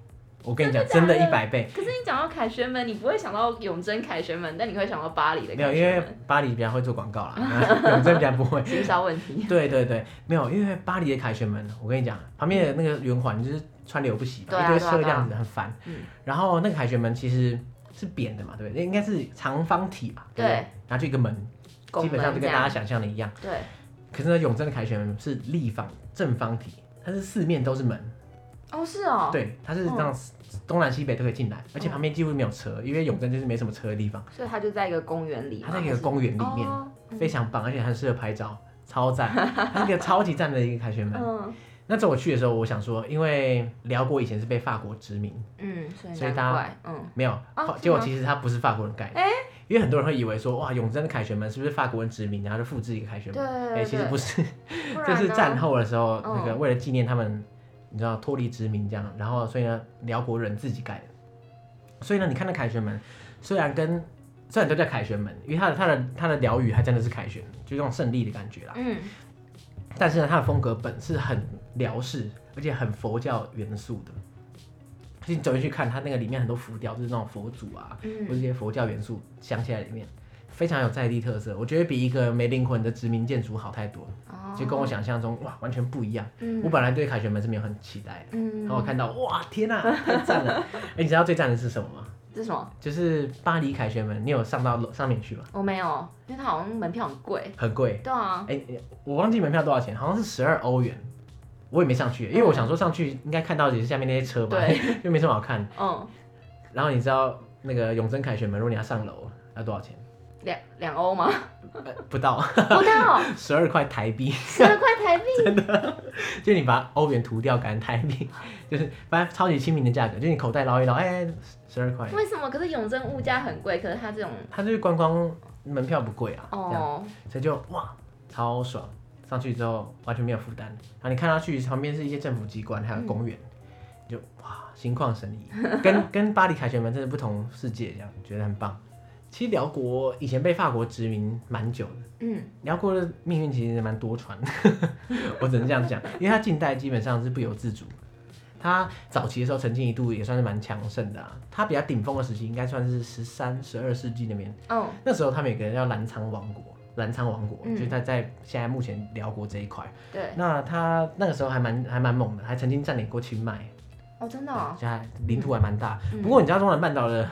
我跟你讲，真真的的假的一百倍。可是你讲到凯旋门，你不会想到永贞凯旋门，但你会想到巴黎的没有，凯因旋为门，巴黎比较会做广告啦，(laughs) 那永贞比较不会。行销问题。对对对，没有，因为巴黎的凯旋门，我跟你讲，旁边的那个圆环就是川流不息嘛，对啊一堆对啊车对这啊样子很烦。嗯然后那个凯旋门其实是扁的嘛，对不对？应该是长方体吧？对不对，然后就一个门，基拱本上就门这跟大家样，想象的一样。对，可是呢，永贞的凯旋门是立方正方体，它是四面都是门，哦是哦，哦对，它是这样东南西北都可以进来，而且旁边几乎没有车，因为永贞就是没什么车的地方，所以它就在一个公园里嘛，它在一个公园里面，哦非常棒，而且很适合拍照，超赞，它是一个超级赞的一个凯旋门。嗯那次我去的时候，我想说，因为辽国以前是被法国殖民，嗯，所以所以难大家怪，嗯，没有，是吗结果其实它不是法国人盖的，哎因为很多人会以为说，哇，永贞的凯旋门是不是法国人殖民，然后就复制一个凯旋对门？对哎、对，其实不是，不然这呢是战后的时候，嗯那个为了纪念他们，你知道脱离殖民这样，然后所以呢，辽国人自己盖的。所以呢，你看那凯旋门，虽然跟虽然都叫凯旋门，因为它的它的它的辽语还真的是凯旋，就这种胜利的感觉啦。嗯，但是呢，它的风格本是很辽式，而且很佛教元素的。其实你走进去看，它那个里面很多浮雕，就是那种佛祖啊，嗯或者一些佛教元素镶嵌在里面，非常有在地特色。我觉得比一个没灵魂的殖民建筑好太多了，哦，就跟我想象中哇完全不一样。嗯，我本来对凯旋门是没有很期待的，嗯，然后我看到哇天呐，太 (laughs) 赞了！哎，你知道最赞的是什么吗？这是什么？就是巴黎凯旋门，你有上到楼上面去吗？我没有，因为它好像门票很贵。很贵，对啊，哎、我忘记门票多少钱，好像是十二欧元。我也没上去，因为我想说上去应该看到也是下面那些车吧， (laughs) 又没什么好看。嗯，然后你知道那个永贞凯旋门，如果你要上楼要多少钱？两两欧吗？呃不到不到，十二块台币， (laughs) 十二块台币。就你把欧元涂掉，改成台币， (laughs) 就是反正超级亲民的价格，就你口袋捞一捞，哎、十二块，为什么？可是永贞物价很贵，可是它这种它就是观光门票不贵啊，这样，哦，所以就哇超爽，上去之后完全没有负担。然后你看上去旁边是一些政府机关，还有公园，你就哇心旷神怡，跟跟巴黎凯旋门真的不同世界，这样觉得很棒。其实辽国以前被法国殖民蛮久的，嗯，辽国的命运其实蛮多舛， (laughs) 我只能这样讲，因为它近代基本上是不由自主。它早期的时候曾经一度也算是蛮强盛的啊，它比较顶峰的时期应该算是十三、十二世纪那边，哦，那时候他们有个人叫澜沧王国，澜沧王国、嗯就是他在现在目前辽国这一块。对，那他那个时候还蛮还蛮猛的，还曾经占领过清迈，哦，真的哦，就还领土还蛮大。嗯不过你知道中南半岛的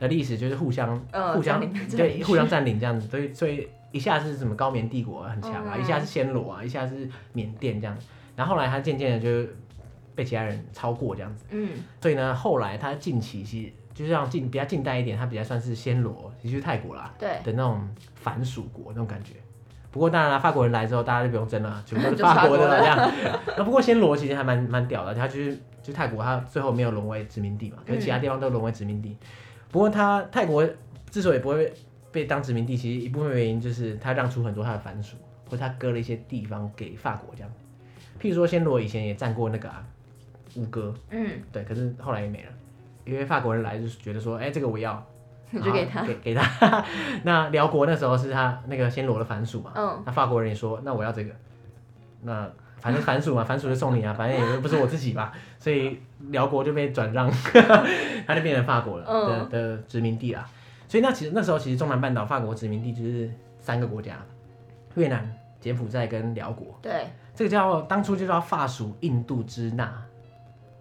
的历史就是互相、呃互相占领对互相占领这样子，所以所以一下是什么高棉帝国很强啊，嗯一下是暹罗啊，一下是缅甸这样，然后后来他渐渐的就被其他人超过这样子，嗯，所以呢后来他近期其实就是像近比较近代一点，他比较算是暹罗，也就是泰国啦。对，的那种反属国那种感觉。不过当然啦，法国人来之后，大 (laughs) 家就不用争了，全部都就是是法国的法啦这样。那不过暹罗其实还蛮蛮屌的，它就是就泰国，它最后没有沦为殖民地嘛，可是其他地方都沦为殖民地。不过它泰国之所以不会被当殖民地，其实一部分原因就是它让出很多它的藩属，或者它割了一些地方给法国这样。譬如说暹罗以前也占过那个啊吴哥，嗯，对，可是后来也没了，因为法国人来就是觉得说，哎、这个我要， (laughs) 你就给他，给给他。 (laughs) 那辽国那时候是他那个暹罗的藩属嘛，嗯，那法国人也说，那我要这个，那反正藩属嘛，藩属就送你啊， (laughs) 反正也不是我自己嘛，所以辽国就被转让， (laughs) 他就变成法国了的、嗯的殖民地啦。所以那其实那时候其实中南半岛法国殖民地就是三个国家，越南、柬埔寨跟辽国，对，这个叫当初就叫法属印度支那，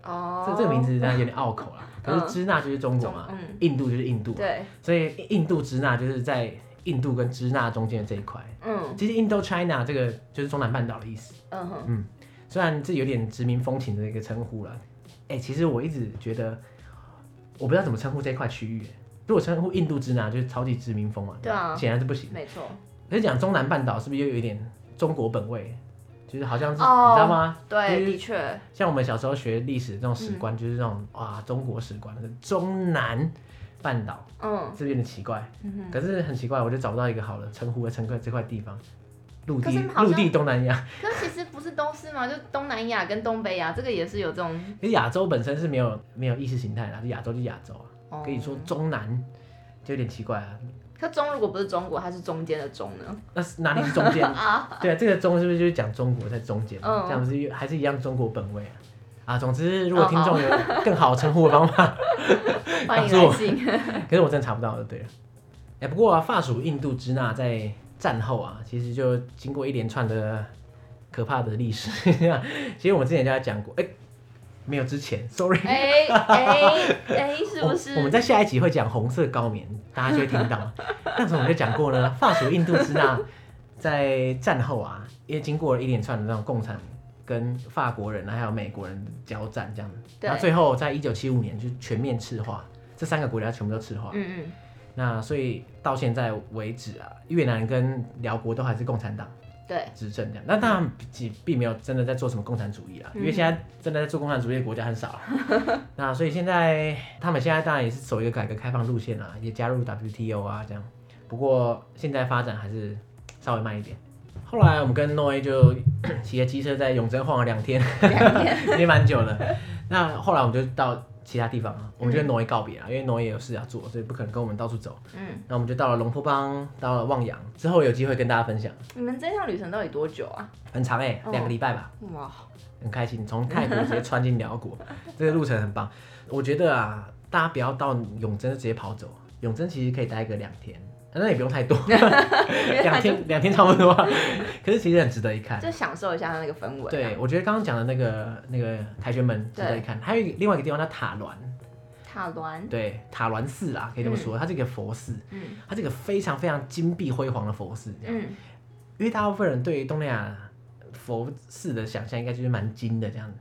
哦，这这个名字当然有点拗口啦，可嗯是支那就是啊中国嘛，嗯，印度就是印度嘛，对，所以印度支那就是在印度跟支那中间的这一块。嗯其实 Indo China 这个就是中南半岛的意思，嗯哼，虽然这有点殖民风情的一个称呼了。哎、其实我一直觉得，我不知道怎么称呼这块区域、欸如果称呼印度支那，就是超级殖民风嘛，对啊显然是不行。没错，可是讲中南半岛是不是又有一点中国本位？就是好像是、哦你知道吗？对，就是的确，像我们小时候学历史这种嗯史观，就是那种哇中国史观，中南半岛嗯，是不是有点奇怪？嗯可是很奇怪，我就找不到一个好的称呼来称呼这块地方，陆可地是好像陆地东南亚，哼，可是其实不是都是吗？就东南亚跟东北亚，这个也是有这种，因为亚洲本身是没有没有意识形态啦，就亚洲就亚洲啊，哦可以说中南就有点奇怪啊，可中如果不是中国，它是中间的中呢？那是哪里是中间？ (laughs) 啊，对啊，这个中是不是就是讲中国在中间？嗯这样不是还是一样中国本位啊？啊，总之哦如果听众有更好称呼的方法，欢迎告诉我来信。可是我真的查不到就对了。哎、不过啊，法属印度支那在战后啊，其实就经过一连串的可怕的历史。 (laughs) 其实我们之前就在讲过，哎、没有之前，sorry，、哎哎哎，是不是？我？我们在下一集会讲红色高棉，大家就会听 (laughs) 到。那时候我们就讲过呢，法属印度支那在战后啊，因为经过了一连串的那种共产跟法国人啊还有美国人的交战这样，对然后最后在一九七五年就全面赤化，这三个国家全部都赤化。嗯嗯，那所以到现在为止啊，越南跟辽国都还是共产党对，执政这样。那当然并并没有真的在做什么共产主义啊，因为嗯现在真的在做共产主义的国家很少啊。那所以现在他们现在当然也是走一个改革开放路线啊，也加入 WTO 啊这样。不过现在发展还是稍微慢一点。后来我们跟诺 A 就 (coughs) 骑着机车在永贞晃了两天，两天。也蛮久了。那后来我们就到其他地方啊，我们就跟挪威告别啊，因为挪威也有事要做，所以不可能跟我们到处走。嗯，那我们就到了龙坡邦，到了望洋，之后有机会跟大家分享，你们这趟旅程到底多久啊？很长哎、哦两个礼拜吧，哇，很开心，从泰国直接穿进辽国， (laughs) 这个路程很棒。我觉得啊，大家不要到永贞就直接跑走，永贞其实可以待个两天，啊那也不用 (laughs) 太多，两天两天差不多啊，可是其实很值得一看。就享受一下它那个氛围啊。对，我觉得刚刚讲的那个那个凯旋门值得一看，还有一个另外一个地方叫塔峦，塔栾，对，塔峦寺啊，可以这么说，它是一个佛寺，嗯它这个非常非常金碧辉煌的佛寺，这样嗯，因为大部分人对于东南亚佛寺的想象应该就是蛮金的这样子。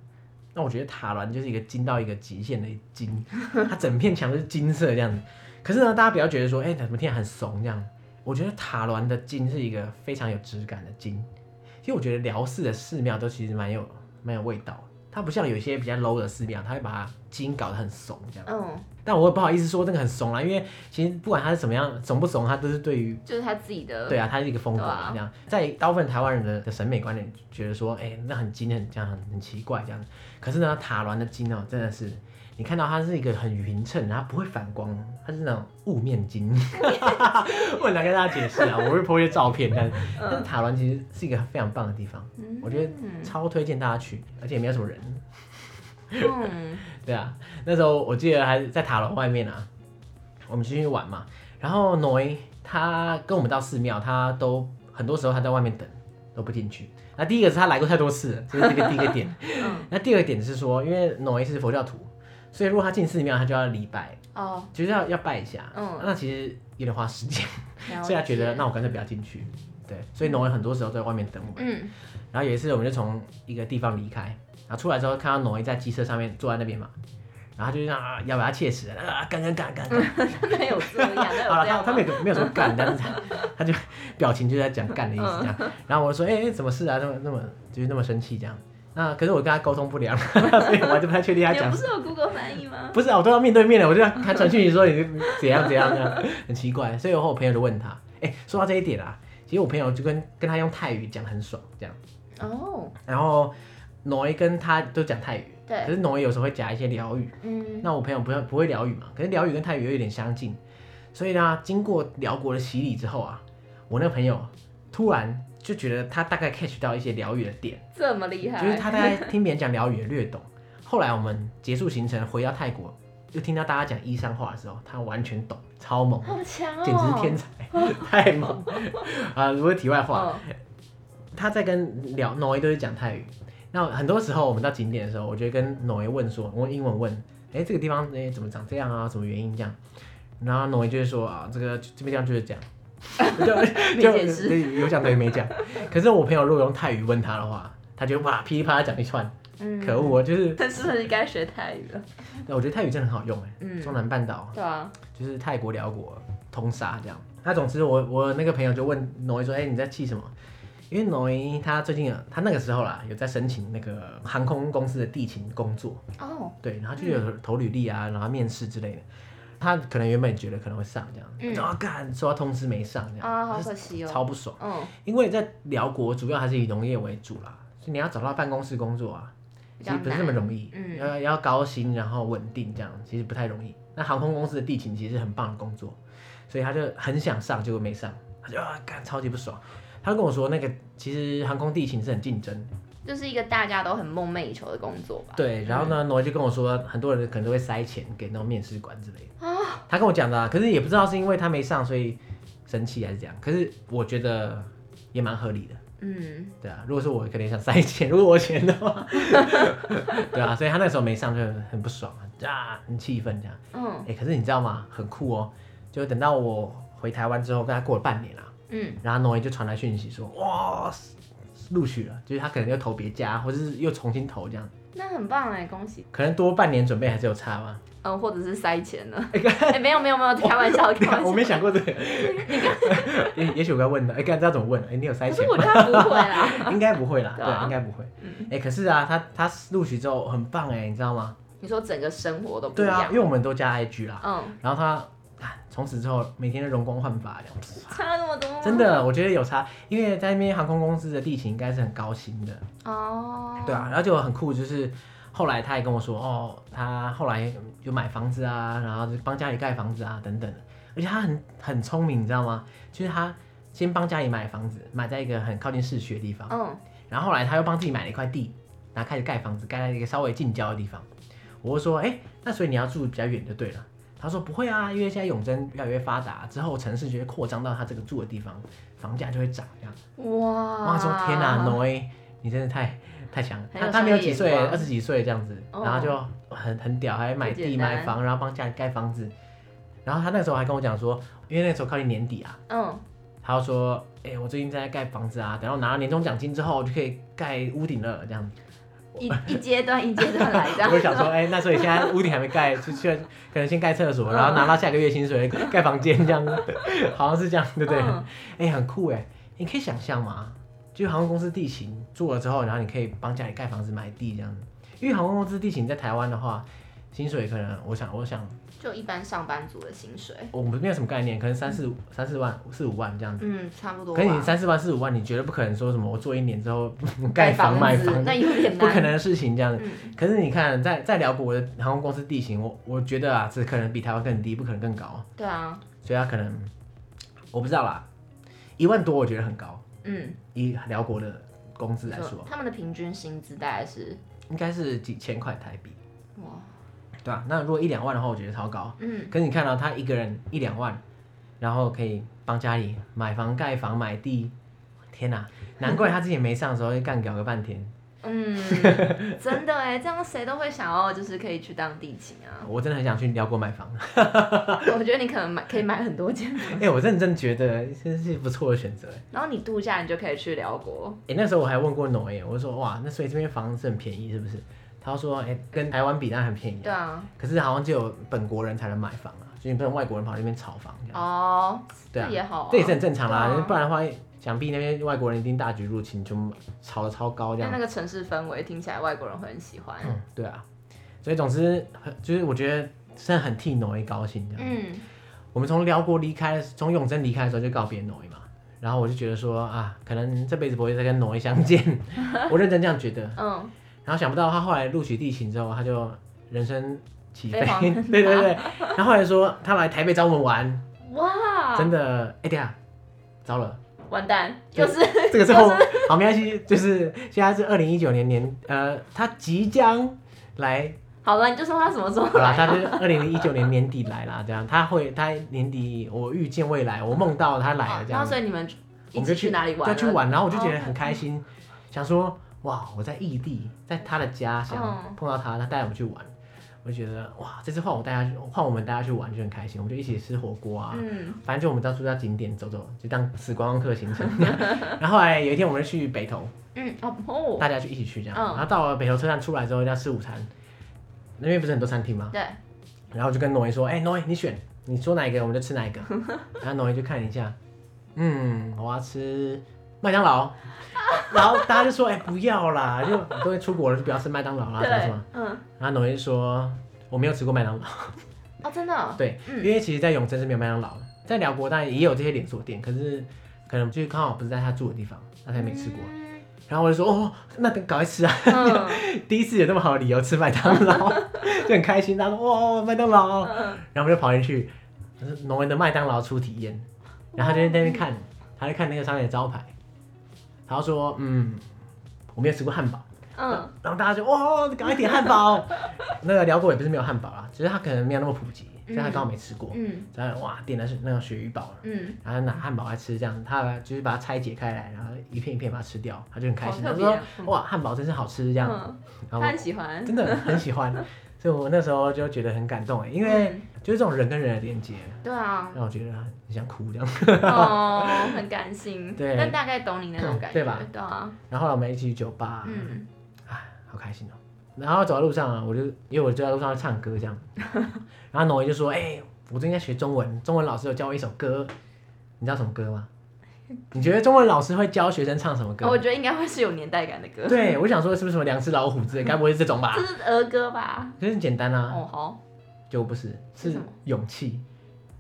那我觉得塔峦就是一个金到一个极限的金，它整片墙都是金色这样子。可是呢，大家不要觉得说，哎、怎么听起来很怂这样。我觉得塔峦的金是一个非常有质感的金。其实我觉得辽寺的寺庙都其实蛮有蛮有味道的，它不像有一些比较 low 的寺庙，它会把金搞得很怂这样。嗯，但我也不好意思说那个很怂啊啦，因为其实不管他是怎么样怂不怂，他都是对于就是他自己的。对啊，他是一个风格呃对啊这样，在大部分台湾人的的审美观点，觉得说，哎、那很金很这样很很奇怪这样。可是呢，塔峦的金哦、真的是你看到它是一个很匀称，然后不会反光，它是那种雾面金。 (laughs) 我很难跟大家解释啊，我会 po 一些照片，但但是塔峦其实是一个非常棒的地方，嗯，我觉得超推荐大家去，而且也没有什么人。嗯，对啊，那时候我记得还是在塔楼外面啊，我们出去玩嘛，然后挪威他跟我们到寺庙，他都很多时候他在外面等，都不进去。那第一个是他来过太多次了，这是这个第一个点。 (laughs) 嗯那第二个点是说，因为挪威是佛教徒，所以如果他进寺庙，他就要礼拜， (laughs) 哦，就是要要拜一下。嗯那其实有点花时间，了所以他觉得解那我干脆不要进去。对，所以挪威很多时候都在外面等我们。嗯然后有一次我们就从一个地方离开，然后出来之后看到挪威在机车上面坐在那边嘛，然后他就这样啊咬牙切齿啊干干干干干，那有这样，嗯那有这好了样他吗他没有没有说干，但是他他就表情就在讲干的意思这样，嗯然后我就说哎、哎什么事啊那么那么就是那么生气这样，那可是我跟他沟通不良， (laughs) 所以我还是不太确定他你们讲不是有 Google 翻译吗？不是啊，我都要面对面了，我就要他传讯息说你怎样怎样这样，很奇怪。所以我后我朋友就问他，哎、说到这一点啊，其实我朋友就跟跟他用泰语讲得很爽这样。哦，然后挪威跟他都讲泰语，可对，是挪威有时候会夹一些辽语。嗯，那我朋友不要不会辽语嘛，可是辽语跟泰语又有点相近，所以呢，经过辽国的洗礼之后啊，我那个朋友突然就觉得他大概 catch 到一些辽语的点，这么厉害，就是他大概听别人讲辽语也略懂。后来我们结束行程回到泰国，又听到大家讲伊山话的时候，他完全懂，超猛，好强哦，简直是天 (laughs) 才，太猛啊！如果题外话，哦，他在跟聊挪威都是讲泰语。那很多时候我们到景点的时候，我就会跟挪威问说，我用英文问，哎、这个地方哎、诶怎么长这样啊？什么原因这样？然后挪威就会说啊，这个这边地方就是这样，(laughs) 没就解释就 (laughs) 有讲等于没讲。可是我朋友如果用泰语问他的话，他就哇噼里啪啦讲一串，嗯可恶！我就是，但是不是应该学泰语了？我觉得泰语真的很好用哎、嗯中南半岛对啊，就是泰国、辽国通杀这样。那总之我，我那个朋友就问挪威说：“哎、你在气什么？”因为挪威他最近有他那个时候啦，有在申请那个航空公司的地勤工作，哦，对，然后就有投履历啊，然后面试之类的。他可能原本觉得可能会上这样，嗯他就啊干，收到通知没上这样，啊，好就是可惜哦，超不爽。嗯，因为在辽国主要还是以农业为主啦，所以你要找到办公室工作啊，比其较实不是那么难容易，嗯要要高薪，然后稳定这样，其实不太容易。那航空公司的地勤其实是很棒的工作，所以他就很想上，结果嗯没上，他就啊，干超级不爽。他就跟我说，那个其实航空地勤是很竞争，就是一个大家都很梦寐以求的工作吧。对，然后呢，挪威就跟我说，很多人可能都会塞钱给那种面试官之类的。他跟我讲的、啊，可是也不知道是因为他没上，所以生气还是怎样。可是我觉得也蛮合理的，嗯，对啊。如果是我，可能也想塞钱， (laughs) 如果我钱的话，对啊。所以他那时候没上就很很不爽啊，啊，很气愤这样。嗯哎、可是你知道吗？很酷哦，就等到我回台湾之后，跟他过了半年啦、嗯，然后挪威就传来讯息说，哇，录取了，就是他可能又投别家，或者是又重新投这样。那很棒哎，恭喜。可能多半年准备还是有差嘛。嗯，或者是塞钱呢？ (laughs) 哎、没有没有没有，开 (laughs) 玩笑，开 (laughs) 玩哦我笑。没想过这个。 (laughs) 也也许我该问的，哎、该知道怎么问了。哎、你有塞可钱是我吗？觉得他不会啦。应该不会啦，对啊 (laughs) 对，应该不会。嗯哎、可是啊，他他录取之后很棒哎、你知道吗？你说整个生活都不一对啊，样因。为我们都加 IG 啦，嗯，然后他啊从此之后每天都容光焕发这样子。差那么多。真。的，我觉得有差，因为在那边航空公司的地勤应该是很高薪的，哦。对啊，。然后就很酷，就是后来他也跟我说，哦，他后来就买房子啊，然后就帮家里盖房子啊，等等的。而且他很很聪明，你知道吗？就是他先帮家里买房子，买在一个很靠近市区的地方，嗯，然后后来他又帮自己买了一块地，然后开始盖房子，盖在一个稍微近郊的地方。我就说，哎、那所以你要住比较远就对了。他说不会啊，因为现在永贞越来越发达，之后城市就会扩张到他这个住的地方，房价就会涨这样。哇。哇，说天哪，挪威，你真的太太强了。很有他他没有商几业眼岁，光二十几岁这样子，哦然后就很很屌，还买不简地单买房，然后帮家里盖房子。然后他那时候还跟我讲说，因为那时候靠近年底啊，嗯，他就说，哎、我最近在盖房子啊，等到拿到年终奖金之后，我就可以盖屋顶了，这样子。一一阶段一阶段来这 (laughs) 样我。就 (laughs) 想说，哎、那所以现在屋顶还没盖，就去可能先盖厕所，然后拿到下个月薪水盖房间这样 (laughs) 子，好像是这样，对不对？嗯哎、很酷哎！你可以想象吗？就是航空公司地勤做了之后，然后你可以帮家里盖房子、买地这样子。因为航空公司地勤在台湾的话，薪水可能我想，我想就一般上班族的薪水，我们没有什么概念，可能三四三四万、四五万这样子。嗯，差不多吧。可是你三四万、四五万，你绝对不可能说什么我做一年之后 (laughs) 盖盖房卖子房，那有点难。不可能的事情这样子。嗯。可是你看，在在辽国的航空公司地形，我我觉得啊，只可能比台湾更低，不可能更高，对啊，所以它可能我不知道啦，一万多我觉得很高，嗯，以辽国的工资来就说，他们的平均薪资大概是应该是几千块台币，哇，对啊，那如果一两万的话，我觉得超高。嗯，可是你看到、他一个人一两万，然后可以帮家里买房、盖房、买地，天哪、难怪他之前没上的时候就干搞个半天， (laughs) 嗯，真的哎，这样谁都会想要，就是可以去当地勤啊。我真的很想去辽国买 (laughs) 房。 (laughs) 我觉得你可能买可以买很 (laughs) 多间，哎、我认真觉得真是不错的选择。然后你度假你就可以去辽国。哎、那时候我还问过挪威，我就说哇，那所以这边房子很便宜是不是？他说哎、跟台湾比那很便宜对啊，啊，可是好像只有本国人才能买房啊，就你不能外国人跑那边炒房这样。哦，对啊这也好、啊，这也是很正常啦，对啊不然的话，想必那边外国人一定大举入侵，就炒的超高这因为样那。个城市氛围听起来外国人会很喜欢。嗯， (clears throat) 对啊。所以总之，很就是我觉得真的很替挪威高兴这样。嗯，我们从辽国离开，从永贞离开的时候就告别挪威嘛，然后我就觉得说啊，可能这辈子不会再跟挪威相见，我认真这样觉得。嗯，然后想不到他后来录取地勤之后，他就人生起飞飞黄，腾 (laughs) 达对对对。啊然后后来说他来台北找我们玩，哇，真的，哎、等一下，糟 (laughs) 了。完蛋，对又是这个是后，好，没关系，就是现在是二零一九年年，呃，他即将来，好了，你就说他什么时候好啦，来？他就是二零一九年年底来啦，这样，他会，他年底我遇见未来，我梦到他来了，哦哎这然样后，所以你们我一们就起去哪里玩？啊哦对，去。玩，然后我就觉得很开心，想说，哇，我在异地，在他的家乡嗯碰到他，他带我们去玩。我就觉得哇，这次换我带他去，换我们带他去玩就很开心，我们就一起吃火锅啊，嗯，反正就我们到处到景点走走，就当是观光客行 (laughs) 程。然后后来有一天我们就去北投，嗯，哦哦，大家就一起去这样。然嗯后到了北投车站出来之后，要吃午餐，那边不是很多餐厅吗？对，然后就跟挪威说：“哎、挪威，你选，你说哪一个我们就吃哪 (laughs) 一个。”然后挪威就看一下，嗯，我要吃麦当劳。 (laughs) 然后大家就说：“哎、不要啦，就都会出国了，就不要吃麦当劳啦，什么什对么。，嗯，”然后挪威就说：“我没有吃过麦当劳，哦，真的哦，对，嗯因为其实，在永贞是没有麦当劳的，在辽国当然也有这些连锁店，可是可能就是刚好不是在他住的地方，他才没吃过。嗯然后我就说：“哦，那赶快吃啊！” (laughs) 嗯第一次有这么好的理由吃麦当劳，就很开心。他说：“哇，麦当劳！”嗯，然后我们就跑进去，就是农人的麦当劳初体验。然后他就在那边看，他就看那个上面的招牌，他就说：“嗯，我我没有吃过汉堡，嗯，然后大家就哇，赶快点汉堡。 (laughs) 那个辽国也不是没有汉堡啦，只是它可能没有那么普及，所以他刚好没吃过。嗯然后哇，点的是那种鳕鱼堡，嗯，然后拿汉堡来吃，这样他就是把它拆解开来，然后一片一片把它吃掉，他就很开心，好他特别啊说哇，汉堡真是好吃这样。嗯然他后很喜欢我，真的很喜欢，所以我那时候就觉得很感动哎，因为嗯就是这种人跟人的连接，对啊，让我觉得很想哭这样。 (laughs) 哦，很感性，对但大概懂你那种感觉，对吧？对啊，然后后来我们一起去酒吧，嗯，哎，好开心哦、然后走在路上啊，我就因为我就在路上唱歌这 (laughs) 样，然后挪威就说：“哎、我最近在学中文，中文老师有教我一首歌，你知道什么歌吗？你觉得中文老师会教学生唱什么歌？哦我觉得应该会是有年代感的歌，对，我想说是不是什么两只老虎之类，该不会是这 (laughs) 种吧这？是儿歌吧？可是很简单啊，哦，好，就不是，是是什么勇气，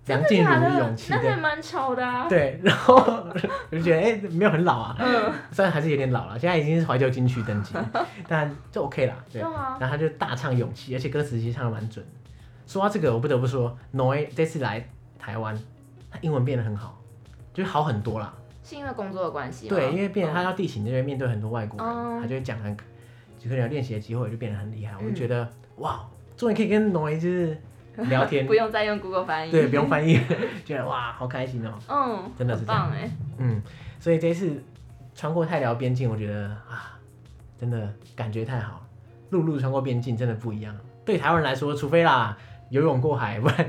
真梁的静茹假的的？勇气那还对蛮潮的啊，对，然后我就觉得哎、没有很老啊，嗯，虽然还是有点老了，现在已经是怀旧金曲等级， (laughs) 但就 OK 啦，对对。啊，然后他就大唱《勇气》，而且歌词其实唱的蛮准的。说到这个，我不得不说，Noi 这次来台湾，他英文变得很好，就是好很多啦。是因为工作的关系吗，对，因为变得他嗯到地勤这边面对很多外国人，哦他就会讲很，就可能有练习的机会，就变得很厉害。我就嗯觉得、哇，终于可以跟 Noi 就是聊天 (laughs) 不，用再用 Google 翻译，对，不用翻译， (laughs) 觉得哇，好开心哦、嗯，真的是很这样棒哎，嗯，所以这一次穿过泰辽边境，我觉得啊，真的感觉太好了。陆路穿过边境真的不一样。对台湾人来说，除非啦游泳过海，不 (laughs) 然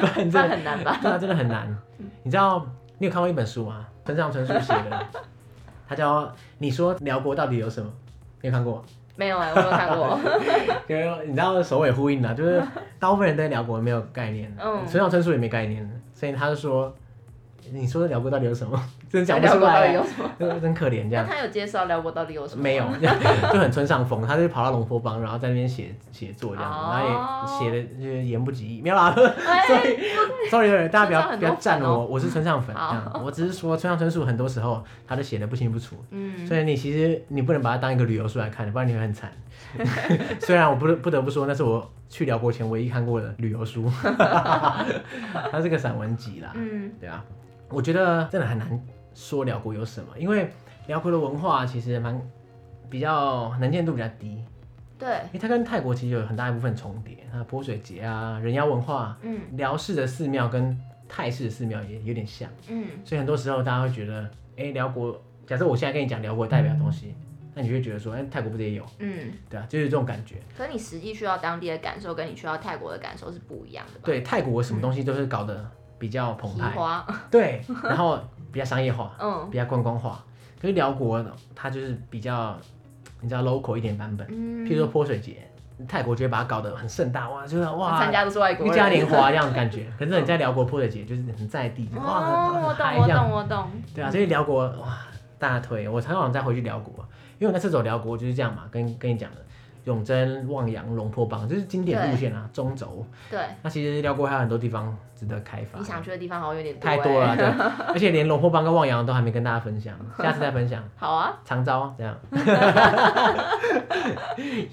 不然真这样的很难吧？对啊，真的很难。你知道你有看过一本书吗？村上春树写的，它叫《你说辽国到底有什么》，你有看过？没有哎，我没有看过，就是你知道首尾呼应啊，就是大部分人对辽国没有概念，嗯村上春树也没概念，所以他就说，你说辽国到底有什么？真的讲不聊出过到底来，有什么？真真可怜这样那。他有介绍聊过到底有什么？没有，， (laughs) 就很村上风，他就跑到龙坡帮，然后在那边写写作这样，然哦后也写的就是言不及义，没有啦 (laughs) 哎， ，sorry (laughs) sorry，大家不要村上很不多要赞粉哦我，我是村上粉，这好样，我只是说村上春树很多时候他都写的不清不楚，嗯，所以你其实你不能把它当一个旅游书来看，不然你会很惨。 (laughs) 虽然我不得不得不说，那是我去辽国前唯一看过的旅游书， (laughs) 它是个散文集啦，嗯，对啊，我觉得真的很难说辽国有什么，因为辽国的文化其实蛮比较能见度比较低，对，因为它跟泰国其实有很大一部分重叠，它泼水节啊、人妖文化，嗯辽式的寺庙跟泰式的寺庙也有点像，嗯，所以很多时候大家会觉得，哎、辽国，假设我现在跟你讲辽国代表的东西，那你就会觉得说，哎、泰国不是也有？嗯，对啊，就是这种感觉。可你实际去到当地的感受，跟你去到泰国的感受是不一样的吧？，对，泰国什么东西都是搞得比较澎皮湃，花，对，然后比较商业化，嗯比较观光化。可是辽国呢，它就是比较你知道 local 一点版本，譬如嗯，说泼水节，泰国就会把它搞得很盛大，哇，就是哇参。加的是外国一人，嘉年华啊这样的感 (laughs) 觉，可是你在辽国泼水节就是很在地，就哇，哦，我很懂嗨我这样，懂我懂，对啊，所以辽国哇大推，我常常再回去辽国，因为我那次走辽国就是这样嘛，跟跟你讲的，永贞、望洋、龙坡邦，就是经典路线啊，中轴。对，那其实辽国还有很多地方值得开发，你想去的地方好像有点太多欸 (laughs) 了，对，而且连龙坡邦跟望洋都还没跟大家分享，下次再分享。好啊，长招这样，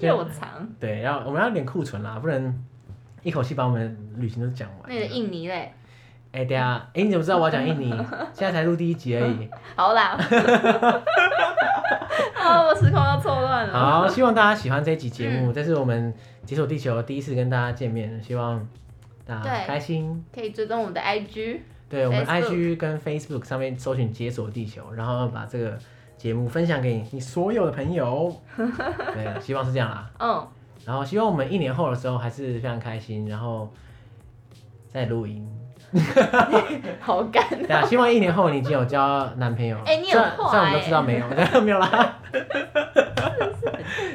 又长，对，要我们要有点库存啦，不能一口气把我们旅行都讲完。那个印尼嘞，哎、对啊，哎、你怎么知道我要讲 (laughs) 印尼？现在才录第一集而已。好啦， (laughs) 啊，我时空要错乱了，好，希望大家喜欢这一集节嗯目，这是我们解锁地球第一次跟大家见面，希望大家对开心。可以追踪我们的 IG，对我们 Facebook IG 跟 Facebook 上面搜寻“解锁地球”，然后把这个节目分享给你你所有的朋 (laughs) 友。对，希望是这样啦。嗯，然后希望我们一年后的时候还是非常开心，然后再录音。好感 (laughs) 对啊，希望一年后你已经有交男朋友了。哎你很虽然坏虽然我们都知道没有， (laughs) 没有啦。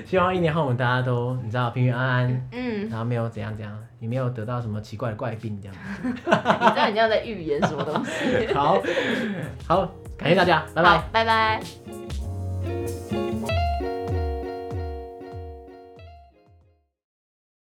希望一年后我们大家都你知道平平安安，嗯，然后没有怎样怎样，也没有得到什么奇怪的怪病这 (laughs) 样。你知道你这样在预言什么东西？好，好，感谢大家，拜拜好。，拜拜。